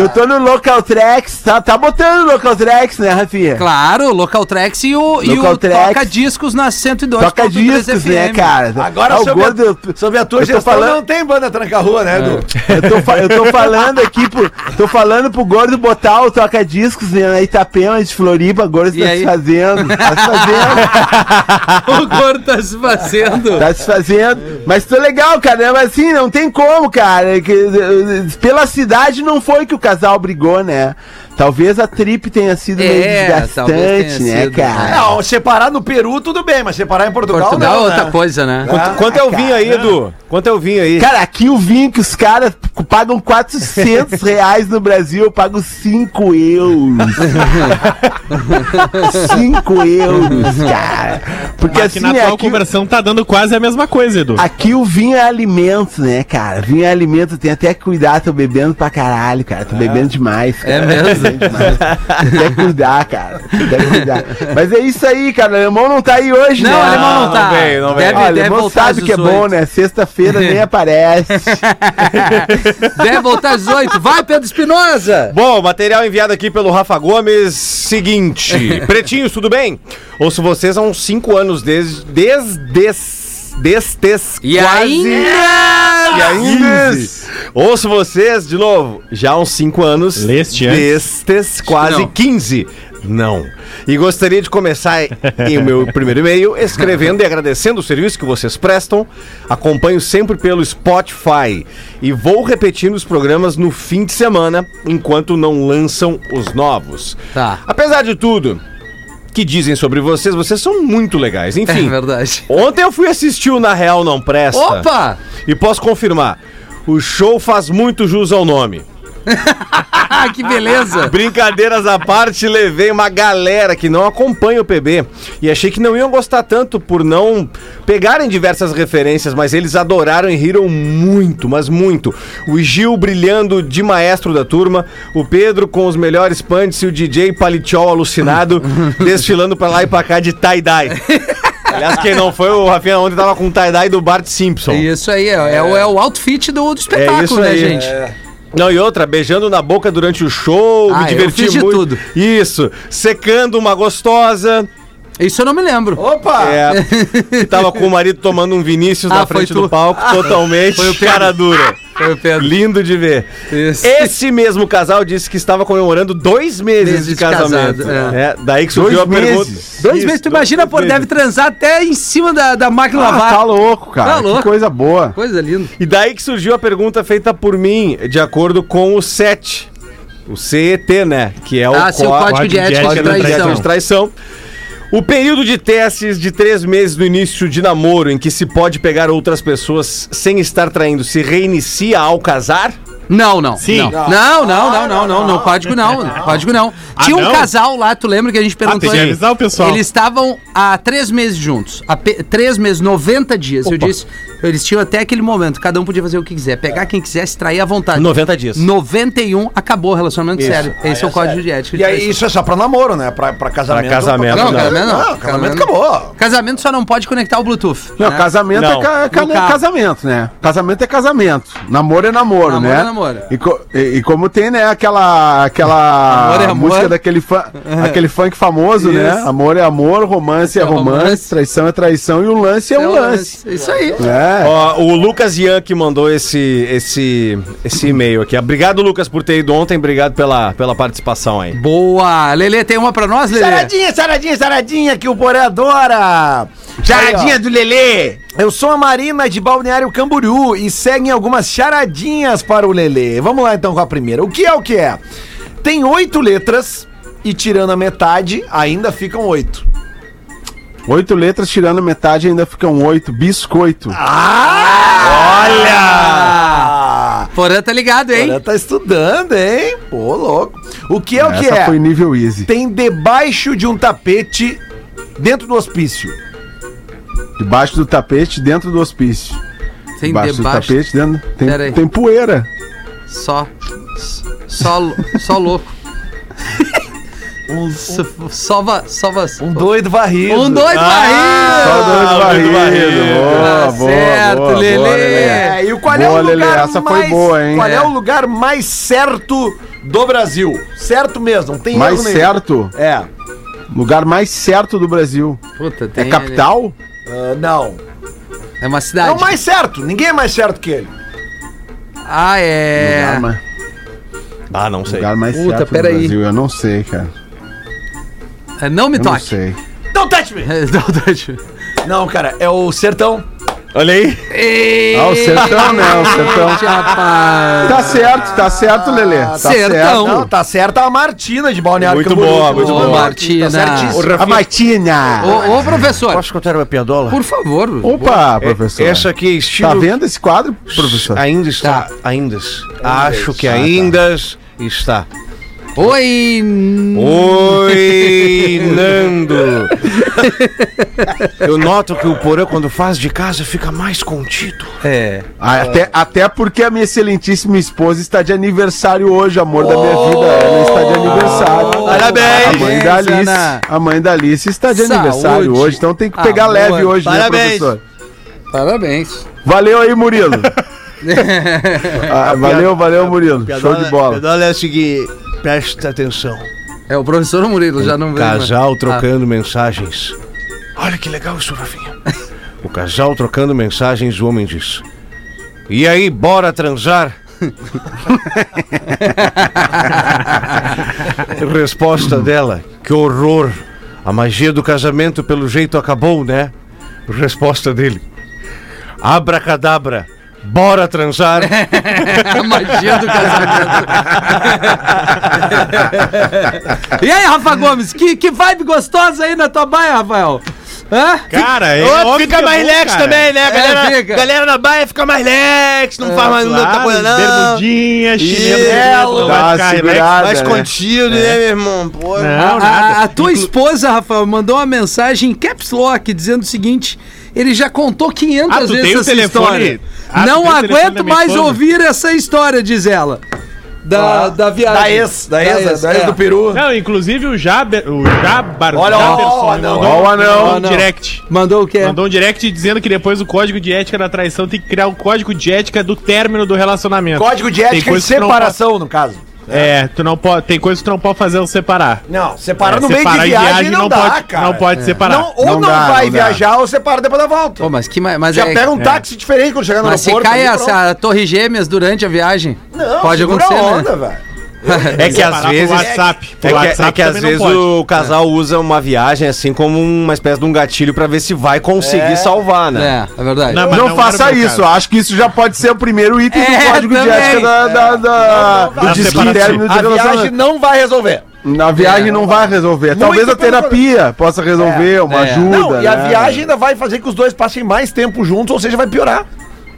Speaker 9: Eu tô no Local Tracks, tá, tá botando no Local Tracks, né, Rafinha?
Speaker 1: Claro, Local Tracks e o, e
Speaker 9: Local
Speaker 1: o
Speaker 9: Trax.
Speaker 1: Toca Discos na 102.
Speaker 9: Toca discos, né, cara?
Speaker 2: Agora
Speaker 9: Ah, o
Speaker 2: sobre,
Speaker 9: gordo,
Speaker 2: a, sobre a tua
Speaker 9: eu tô
Speaker 2: gestão
Speaker 9: falando-
Speaker 2: não tem banda tranca-rua, né, Edu?
Speaker 9: Eu tô, fa- eu tô falando aqui pro. Tô falando pro gordo botar o toca-discos né, na Itapema de Floripa. Gordo
Speaker 1: E
Speaker 9: tá
Speaker 1: aí?
Speaker 9: se fazendo. Tá se
Speaker 1: [LAUGHS]
Speaker 9: fazendo.
Speaker 1: [LAUGHS] O gordo tá se fazendo.
Speaker 9: tá se fazendo. Mas tô legal, cara. né, Mas assim, É não tem como, cara. Que, eh, pela cidade não foi que o casal brigou, né? Talvez a trip tenha sido
Speaker 1: É,
Speaker 9: meio
Speaker 1: talvez
Speaker 9: desgastante,
Speaker 1: tenha
Speaker 9: né,
Speaker 1: sido,
Speaker 9: cara?
Speaker 1: né?
Speaker 2: Não, separar no Peru, tudo bem, mas separar em Portugal,
Speaker 1: Portugal é
Speaker 2: não,
Speaker 1: outra
Speaker 2: né?
Speaker 1: coisa, né?
Speaker 9: ah,
Speaker 3: Quanto, quanto é o vinho aí, Edu? Quanto é o vinho aí?
Speaker 9: Cara, aqui o vinho que os caras pagam
Speaker 1: [LAUGHS]
Speaker 9: 400 reais no Brasil, eu pago 5 euros. 5 euros, cara. Porque
Speaker 4: Aqui
Speaker 9: assim,
Speaker 4: na atual
Speaker 9: aqui,
Speaker 4: conversão tá dando quase a mesma coisa, Edu.
Speaker 9: aqui o vinho é alimento, né, cara? Vinho é alimento, tem até que cuidar, tô bebendo pra caralho, cara.
Speaker 4: É.
Speaker 9: Tô bebendo demais, cara.
Speaker 1: É mesmo?
Speaker 9: Tô bebendo demais. Tem que cuidar, cara. Tem que cuidar. Mas é isso aí, cara. O alemão não tá aí hoje,
Speaker 1: Não,
Speaker 9: né?
Speaker 1: o alemão não tá.
Speaker 3: veio, não veio.
Speaker 1: Deve,
Speaker 9: Ah, o
Speaker 1: deve
Speaker 9: alemão
Speaker 1: voltar
Speaker 9: sabe
Speaker 1: às
Speaker 9: que é bom,
Speaker 1: 18.
Speaker 9: né? Sexta-feira
Speaker 1: [LAUGHS]
Speaker 9: nem aparece.
Speaker 1: Deve voltar às 18. Vai, Pedro Espinosa!
Speaker 3: Bom, material enviado aqui pelo Rafa
Speaker 1: [LAUGHS]
Speaker 3: Gomes, seguinte. Pretinhos, tudo bem? Ouço vocês há uns 5 anos desde... Desde... Destes...
Speaker 1: E
Speaker 3: E
Speaker 1: ainda...
Speaker 3: ainda... Ouço vocês, de novo, já há uns 5 anos.
Speaker 4: Leste antes.
Speaker 3: Destes, quase
Speaker 1: não.
Speaker 3: 15. Não. E gostaria de começar em o
Speaker 4: [LAUGHS]
Speaker 3: meu primeiro e-mail escrevendo e agradecendo o serviço que vocês prestam. Acompanho sempre pelo Spotify e vou repetindo os programas no fim de semana enquanto não lançam os novos.
Speaker 1: Tá.
Speaker 3: Apesar de tudo que dizem sobre vocês, vocês são muito legais.
Speaker 1: É
Speaker 3: Enfim,
Speaker 1: verdade.
Speaker 3: ontem eu fui assistir o Na Real Não Presta.
Speaker 1: Opa!
Speaker 3: E posso confirmar, o show faz muito jus ao nome.
Speaker 1: Ah, que beleza!
Speaker 3: Brincadeiras à parte, levei uma galera que não acompanha o PB e achei que não iam gostar tanto por não pegarem diversas referências, mas eles adoraram e riram muito, mas muito. O Gil brilhando de maestro da turma, o Pedro com os melhores punts e o DJ Palichol alucinado desfilando pra lá e pra cá de tie-dye. Aliás, quem não foi, o Rafinha ontem tava com o tie-dye do Bart Simpson.
Speaker 1: Isso aí, é, é o, é o outfit do, do espetáculo, né, gente?
Speaker 3: É Não, e outra, beijando na boca durante o show,
Speaker 1: Ah, eu
Speaker 3: me diverti
Speaker 1: fiz de
Speaker 3: muito.
Speaker 1: tudo.
Speaker 3: Isso, secando uma gostosa.
Speaker 1: Isso eu não me lembro.
Speaker 2: Opa!
Speaker 3: É, que tava com o marido tomando um Vinícius
Speaker 1: Ah,
Speaker 3: na
Speaker 1: foi
Speaker 3: frente
Speaker 1: tu.
Speaker 3: do palco, totalmente
Speaker 1: Foi o Pedro. Ah.
Speaker 3: cara dura.
Speaker 1: Foi o Pedro.
Speaker 3: Lindo de ver.
Speaker 1: Isso.
Speaker 3: Esse mesmo casal disse que estava comemorando dois meses
Speaker 1: Meses
Speaker 3: de
Speaker 1: de
Speaker 3: casamento.
Speaker 1: casado,
Speaker 3: É, daí que surgiu
Speaker 5: Dois
Speaker 3: a pergunta.
Speaker 5: meses?
Speaker 1: Dois
Speaker 3: Isso,
Speaker 1: meses, tu imagina, pô,
Speaker 3: dois meses.
Speaker 1: deve transar até em cima da, da máquina
Speaker 5: Ah,
Speaker 1: lavar.
Speaker 5: tá louco, cara.
Speaker 1: Tá louco.
Speaker 5: Que coisa boa.
Speaker 1: Coisa linda.
Speaker 3: E daí que surgiu a pergunta feita por mim, de acordo com o SET. O CET, né? Que é o,
Speaker 1: Ah, seu
Speaker 3: có-
Speaker 1: código de ética de
Speaker 3: Código de
Speaker 1: traição.
Speaker 3: Ética de Traição. O período de testes de três meses no início de namoro, em que se pode pegar outras pessoas sem estar traindo, se reinicia ao casar?
Speaker 1: Não, não.
Speaker 4: Sim.
Speaker 1: Não, não, não, não, não, não, não, código não, código não.
Speaker 4: Ah,
Speaker 1: Tinha um
Speaker 4: não?
Speaker 1: casal lá, tu lembra que a gente perguntou
Speaker 4: tem que
Speaker 1: aí?
Speaker 4: avisar o pessoal.
Speaker 1: Eles estavam há três meses juntos, há pe- três meses, 90 dias, eu disse. Eles tinham até aquele momento, cada um podia fazer o que quiser, pegar quem quiser, se trair à vontade.
Speaker 3: 90 dias.
Speaker 1: 91, acabou o relacionamento sério. Esse é o código de ética. de
Speaker 2: E aí,
Speaker 1: traição.
Speaker 2: isso é só pra namoro, né? Pra, pra casamento.
Speaker 3: Pra casamento,
Speaker 1: Não,
Speaker 3: não.
Speaker 1: casamento não.
Speaker 2: Não, casamento acabou.
Speaker 1: Casamento só não pode conectar o Bluetooth.
Speaker 5: Não,
Speaker 1: né?
Speaker 5: casamento
Speaker 3: Não.
Speaker 5: é ca- ca-
Speaker 1: No carro.
Speaker 5: casamento, né? Casamento é casamento. Namoro é namoro,
Speaker 1: Namoro
Speaker 5: né?
Speaker 1: é namoro.
Speaker 5: E, co- e- e como tem, né, aquela, aquela
Speaker 1: Amor é amor.
Speaker 5: música
Speaker 1: [LAUGHS]
Speaker 5: daquele fa- aquele funk famoso, né?
Speaker 1: Isso.
Speaker 5: Amor é amor, romance é,
Speaker 1: É
Speaker 5: romance,
Speaker 1: romance.
Speaker 5: traição é traição e um lance é, um lance.
Speaker 1: Então, Isso aí.
Speaker 5: É.
Speaker 3: Ó, o Lucas Ian que mandou esse, esse, esse e-mail aqui. Obrigado, Lucas, por ter ido ontem. Obrigado pela, pela participação aí.
Speaker 1: Boa. Lelê, tem uma pra nós,
Speaker 5: é
Speaker 1: Lelê?
Speaker 2: Saradinha, saradinha, saradinha, que o Boré adora! Charadinha do Lelê! Eu sou a Marina de Balneário Camboriú e seguem algumas charadinhas para o Lelê. Vamos lá então com a primeira. O que é o que é? Tem oito letras e tirando a metade, ainda ficam oito.
Speaker 5: Oito letras tirando metade ainda ficam oito. Biscoito.
Speaker 3: Ah!
Speaker 2: Ah!
Speaker 1: Porã tá ligado,
Speaker 2: Olha!
Speaker 1: hein?
Speaker 2: Agora tá estudando, hein? Pô, louco. O que é o que
Speaker 5: Essa
Speaker 2: é?
Speaker 5: foi nível easy.
Speaker 2: Tem debaixo de um tapete dentro do hospício.
Speaker 5: Debaixo do tapete, dentro do hospício.
Speaker 1: Tem
Speaker 5: Debaixo, do tapete, dentro.
Speaker 1: Pera aí.
Speaker 5: Tem, tem poeira.
Speaker 1: Só. Só, só
Speaker 5: [LAUGHS]
Speaker 1: louco. um, salva, salva.
Speaker 2: Um doido varrido.
Speaker 1: Um doido
Speaker 5: Ah, Só
Speaker 1: barrido!
Speaker 5: dois
Speaker 3: dois
Speaker 5: barridos.
Speaker 3: barridos.
Speaker 5: Boa,
Speaker 1: Tá
Speaker 5: boa,
Speaker 1: certo,
Speaker 5: boa, boa,
Speaker 1: Lelê.
Speaker 5: Lelê.
Speaker 2: É, e o qual é
Speaker 5: Boa,
Speaker 2: o lugar
Speaker 5: Lelê, essa foi
Speaker 2: mais,
Speaker 5: boa, hein?
Speaker 2: Qual é.
Speaker 1: É.
Speaker 2: o lugar mais certo do Brasil? Certo mesmo, não tem
Speaker 5: Mais
Speaker 2: erro nenhum.
Speaker 5: certo?
Speaker 2: É.
Speaker 5: Lugar mais certo do Brasil.
Speaker 1: Puta,
Speaker 5: É capital?
Speaker 2: Ah, não.
Speaker 1: É uma
Speaker 2: É
Speaker 1: cidade.
Speaker 2: o mais certo. Ninguém é mais certo que ele.
Speaker 1: Ah, é.
Speaker 5: Lugar, ma-
Speaker 3: Ah, não sei.
Speaker 5: lugar mais
Speaker 1: Puta,
Speaker 5: certo do
Speaker 1: pera aí.
Speaker 5: Brasil. Eu não sei, cara.
Speaker 1: É, Não me
Speaker 5: Eu não
Speaker 1: toque.
Speaker 5: sei.
Speaker 2: Então Don't touch me.
Speaker 1: É, Não, Dante.
Speaker 2: Não, cara, é o sertão.
Speaker 3: Olha aí.
Speaker 1: Eita,
Speaker 5: Ah, o sertão, né? O sertão.
Speaker 1: rapaz.
Speaker 5: Tá certo, tá certo, Lelê. Tá
Speaker 1: Sertão.
Speaker 5: certo.
Speaker 2: Não, tá certa a Martina de Balneário
Speaker 3: Muito
Speaker 2: Camboriú.
Speaker 3: boa, muito
Speaker 2: Tá
Speaker 1: boa.
Speaker 2: certíssimo.
Speaker 1: Martina.
Speaker 3: Ah,
Speaker 2: A Martina.
Speaker 1: Ô, ô, professor,
Speaker 7: Posso contar uma piadola?
Speaker 1: por favor.
Speaker 5: Opa, professor.
Speaker 7: Essa aqui é estilo...
Speaker 5: Tá vendo esse quadro, professor?
Speaker 7: Ainda está. Ainda. Acho que ainda está.
Speaker 1: Oi.
Speaker 7: Oi, Nando. Eu noto que o porã, quando faz de casa, fica mais contido.
Speaker 1: É.
Speaker 5: Ah, Até, até porque a minha excelentíssima esposa está de aniversário hoje, amor da
Speaker 1: Oh!
Speaker 5: minha vida. Ela está de aniversário.
Speaker 7: Parabéns,
Speaker 5: A mãe da Alice.
Speaker 1: Ana.
Speaker 5: A mãe da Alice está de
Speaker 1: Saúde, Ah,
Speaker 5: aniversário hoje, então tem que pegar
Speaker 1: amor,
Speaker 5: leve hoje,
Speaker 7: parabéns.
Speaker 5: né, professor?
Speaker 1: Parabéns.
Speaker 5: Valeu aí, Murilo.
Speaker 2: [LAUGHS]
Speaker 5: Ah, valeu, valeu, Murilo. Show de
Speaker 7: A
Speaker 5: bola.
Speaker 7: piadola é a seguinte. Presta atenção.
Speaker 1: É o professor Murilo, já não veio. né?
Speaker 7: Um Casal trocando mensagens. Olha que legal isso, Rafinha. O casal trocando mensagens, o homem diz. E aí, bora transar? Resposta dela, que horror. A magia do casamento pelo jeito acabou, né? Resposta dele. Abracadabra, bora transar.
Speaker 1: Ah, [LAUGHS] A magia do casamento. [LAUGHS] e aí, Rafa Gomes, que, que vibe gostosa aí na tua baia, Rafael? Hã?
Speaker 4: Cara, é
Speaker 7: Ô,
Speaker 4: óbvio que é bom, cara.
Speaker 7: né? A
Speaker 1: É, fica. É,
Speaker 7: na baia fica mais relax, não faz mais
Speaker 4: Claro, bermudinha, chinelo,
Speaker 5: dá uma
Speaker 4: vai ficar
Speaker 5: segurada.
Speaker 7: Mais
Speaker 5: né?
Speaker 7: contido, né, meu irmão? Pô,
Speaker 3: É
Speaker 4: Não, nada.
Speaker 1: Ah, A, a tua esposa, Rafael, mandou uma mensagem em caps lock dizendo o seguinte: ele já contou 500
Speaker 4: Ah, tu
Speaker 1: vezes
Speaker 4: tem o
Speaker 1: essa
Speaker 4: telefone?
Speaker 1: história.
Speaker 4: Ah, tu
Speaker 1: Não
Speaker 4: tem o telefone da
Speaker 1: aguento
Speaker 4: minha
Speaker 1: mais
Speaker 4: esposa?
Speaker 1: ouvir essa história, diz ela. Da, da viagem.
Speaker 2: Ah, Da ex, da ex, da ex,
Speaker 1: é.
Speaker 2: do Peru.
Speaker 4: Não, inclusive o Jaber, o Jabar,
Speaker 2: Olha, ó,
Speaker 4: Jaberson
Speaker 2: ó,
Speaker 4: me
Speaker 2: não.
Speaker 4: mandou
Speaker 5: Ó, o anão.
Speaker 4: um direct.
Speaker 1: Mandou o quê?
Speaker 4: Mandou um direct dizendo que depois o código de ética da traição tem que criar o código de ética do término do relacionamento.
Speaker 2: Código de
Speaker 4: Tem
Speaker 2: ética e
Speaker 4: coisa que tu não pode-
Speaker 2: separação, no caso.
Speaker 4: É, tu não pode, tem coisas que tu não pode fazer ao separar.
Speaker 2: Não, separar
Speaker 4: É,
Speaker 2: no meio de
Speaker 4: separar em
Speaker 2: viagem, não, dá,
Speaker 4: pode,
Speaker 2: cara.
Speaker 4: Não pode separar.
Speaker 2: Não, ou não,
Speaker 5: Não dá,
Speaker 2: vai
Speaker 5: não dá.
Speaker 2: viajar ou separa depois da volta.
Speaker 1: Pô, mas que ma- mas
Speaker 2: Já
Speaker 1: é-
Speaker 2: pega um táxi diferente quando chegar no
Speaker 1: Mas se
Speaker 2: aeroporto.
Speaker 1: cai
Speaker 2: ali, pronto.
Speaker 1: essa torre gêmeas durante a viagem,
Speaker 2: Não,
Speaker 1: pode
Speaker 2: segura
Speaker 1: acontecer,
Speaker 2: a
Speaker 1: né? [LAUGHS]
Speaker 2: onda, velho.
Speaker 3: É que às
Speaker 4: Separar
Speaker 3: vezes.
Speaker 4: Pro WhatsApp.
Speaker 3: É
Speaker 4: Pro
Speaker 3: que,
Speaker 4: WhatsApp
Speaker 3: é que às
Speaker 4: também não
Speaker 3: vezes
Speaker 4: pode.
Speaker 3: o casal usa uma viagem assim como uma espécie de um gatilho pra ver se vai conseguir salvar, né?
Speaker 1: É, é verdade.
Speaker 4: Não, mas
Speaker 2: um
Speaker 5: Não,
Speaker 4: era o
Speaker 5: faça
Speaker 4: meu
Speaker 5: isso,
Speaker 4: caso.
Speaker 5: acho que isso já pode ser o primeiro item
Speaker 1: É,
Speaker 5: do código
Speaker 1: também.
Speaker 5: de ética da, da, da, do
Speaker 4: Da
Speaker 5: desquite
Speaker 4: separação.
Speaker 5: término de
Speaker 2: A
Speaker 5: relacionamento.
Speaker 2: viagem não vai resolver.
Speaker 5: Na viagem não vai resolver. Talvez a
Speaker 2: pelo
Speaker 5: terapia possa resolver, uma
Speaker 1: é.
Speaker 5: ajuda.
Speaker 2: Não, e a
Speaker 5: né?
Speaker 2: viagem ainda vai fazer que os dois passem mais tempo juntos, ou seja, vai piorar.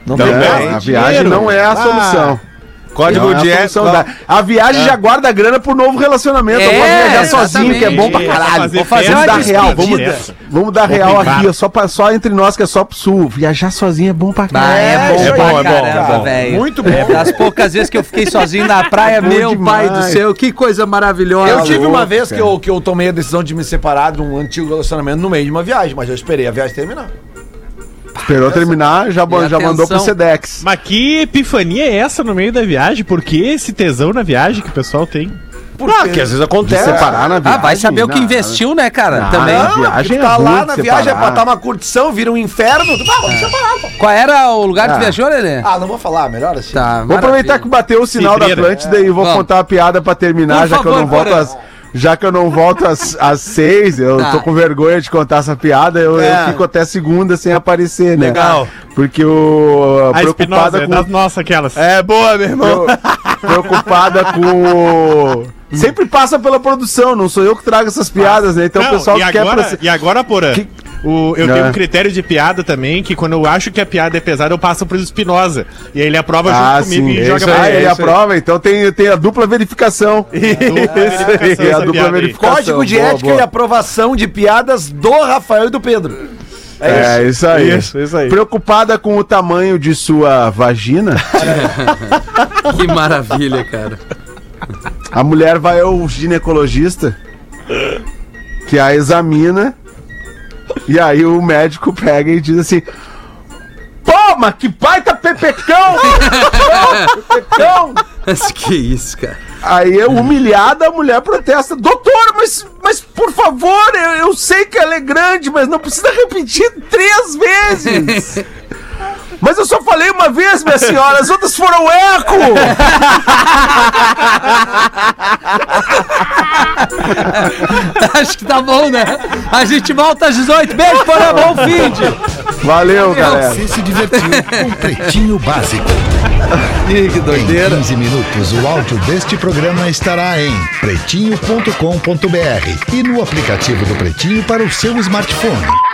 Speaker 5: Não,
Speaker 3: Também.
Speaker 5: é, a viagem não é a
Speaker 2: Ah.
Speaker 5: solução.
Speaker 3: Código
Speaker 5: Não é a
Speaker 3: de
Speaker 5: solução
Speaker 3: ética.
Speaker 5: da- A viagem já guarda grana pro novo relacionamento.
Speaker 1: É,
Speaker 5: eu vou viajar sozinho, que é bom pra
Speaker 4: exatamente.
Speaker 5: caralho.
Speaker 4: Vou
Speaker 3: É
Speaker 4: fazer
Speaker 5: vamos dar
Speaker 4: uma
Speaker 5: real, vamos,
Speaker 4: despedida.
Speaker 5: vamos dar real
Speaker 4: privar.
Speaker 5: aqui, ó, só, pra- só entre nós que é só pro sul. Viajar sozinho é bom pra
Speaker 1: Ah,
Speaker 5: caralho.
Speaker 1: é,
Speaker 2: É,
Speaker 1: bom
Speaker 2: isso
Speaker 1: pra
Speaker 2: aí, é bom,
Speaker 1: caramba,
Speaker 2: é bom.
Speaker 1: velho.
Speaker 2: Muito bom.
Speaker 1: É, das poucas vezes que eu fiquei sozinho na praia,
Speaker 5: bom
Speaker 1: meu pai
Speaker 5: demais.
Speaker 1: do céu, que coisa maravilhosa.
Speaker 2: Eu tive uma vez que eu, que eu tomei a decisão de me separar de um antigo relacionamento no meio de uma viagem, mas eu esperei a viagem terminar.
Speaker 5: Esperou terminar, já,
Speaker 1: E
Speaker 5: já mandou pro
Speaker 1: atenção.
Speaker 5: Sedex.
Speaker 4: Mas que epifania é essa no meio da viagem? Por que esse tesão na viagem que o pessoal tem?
Speaker 3: Ah, que às vezes
Speaker 5: De
Speaker 3: acontece.
Speaker 5: separar na
Speaker 1: Ah,
Speaker 5: viagem.
Speaker 1: vai saber o que
Speaker 5: não.
Speaker 1: investiu, né, cara? Também.
Speaker 5: Ah, viagem
Speaker 2: tu
Speaker 5: é
Speaker 2: tá
Speaker 5: ruim
Speaker 2: lá
Speaker 5: de
Speaker 2: na viagem, é
Speaker 5: separar.
Speaker 2: pra dar uma curtição, vira um inferno. Tu, ah, vamos separar, pô.
Speaker 1: Qual era o lugar que tu viajou, Lelê?
Speaker 2: Ah, não vou falar, melhor assim.
Speaker 1: tá,
Speaker 5: Vou aproveitar que bateu o sinal da
Speaker 4: Cidreira.
Speaker 5: Atlântida e vou
Speaker 1: Vamos.
Speaker 5: contar uma piada pra terminar,
Speaker 1: Por
Speaker 5: já que eu não
Speaker 1: favor,
Speaker 5: volto
Speaker 1: Porã.
Speaker 5: às. Já que eu não volto às, às seis, eu
Speaker 1: Tá.
Speaker 5: tô com vergonha de contar essa piada, eu, eu
Speaker 7: É.
Speaker 5: fico até segunda sem aparecer, né?
Speaker 7: Legal.
Speaker 5: Porque o.
Speaker 4: A espinosa,
Speaker 5: preocupada
Speaker 4: é
Speaker 5: com.
Speaker 4: das nossas aquelas.
Speaker 7: É boa, meu irmão.
Speaker 5: pre- preocupada com.
Speaker 4: [LAUGHS]
Speaker 5: Sempre passa pela produção, não sou eu que trago essas piadas, né? Então
Speaker 4: Não,
Speaker 5: o pessoal
Speaker 4: e
Speaker 5: que quer.
Speaker 4: agora,
Speaker 5: proce-
Speaker 4: E agora, Porã?
Speaker 5: Que-
Speaker 4: o- eu
Speaker 5: Não.
Speaker 4: tenho um critério de piada também, que quando eu acho que a piada é pesada, eu passo pro Espinosa. E aí ele aprova
Speaker 5: Ah,
Speaker 4: junto
Speaker 5: sim.
Speaker 4: comigo e
Speaker 5: é
Speaker 4: joga
Speaker 5: isso aí, ele
Speaker 4: ele.
Speaker 5: aprova, então tem, tem a dupla [LAUGHS] verificação.
Speaker 4: verificação,
Speaker 5: Isso aí, a
Speaker 4: essa
Speaker 5: dupla
Speaker 4: piada aí.
Speaker 5: verificação.
Speaker 2: Código de
Speaker 5: boa,
Speaker 2: ética
Speaker 5: boa.
Speaker 2: e aprovação de piadas do Rafael e do Pedro.
Speaker 5: É, isso aí.
Speaker 3: Isso, isso aí.
Speaker 5: Preocupada com o tamanho de sua vagina,
Speaker 1: [LAUGHS] Que maravilha, cara.
Speaker 5: a mulher vai ao ginecologista, que a examina, e aí o médico pega e diz assim. Pô, mas que baita
Speaker 1: [LAUGHS]
Speaker 5: pepecão! Pô, pepecão!
Speaker 1: Mas que isso, [LAUGHS] cara.
Speaker 5: Aí, humilhada, a mulher protesta. Doutor, mas, mas por favor, eu, eu sei que ela é grande, mas não precisa repetir três
Speaker 1: [LAUGHS]
Speaker 5: vezes. Mas eu só falei uma vez, minha senhora, as outras foram eco!
Speaker 1: Acho que tá bom, né? A gente volta às 18. Beijo, porra, bom fim. de- Valeu, galera.
Speaker 7: Você se divertiu com Pretinho Básico.
Speaker 10: [LAUGHS] Ih, que doideira.
Speaker 7: Em 15 minutos, o áudio deste programa estará em pretinho.com.br e no aplicativo do Pretinho para o seu smartphone.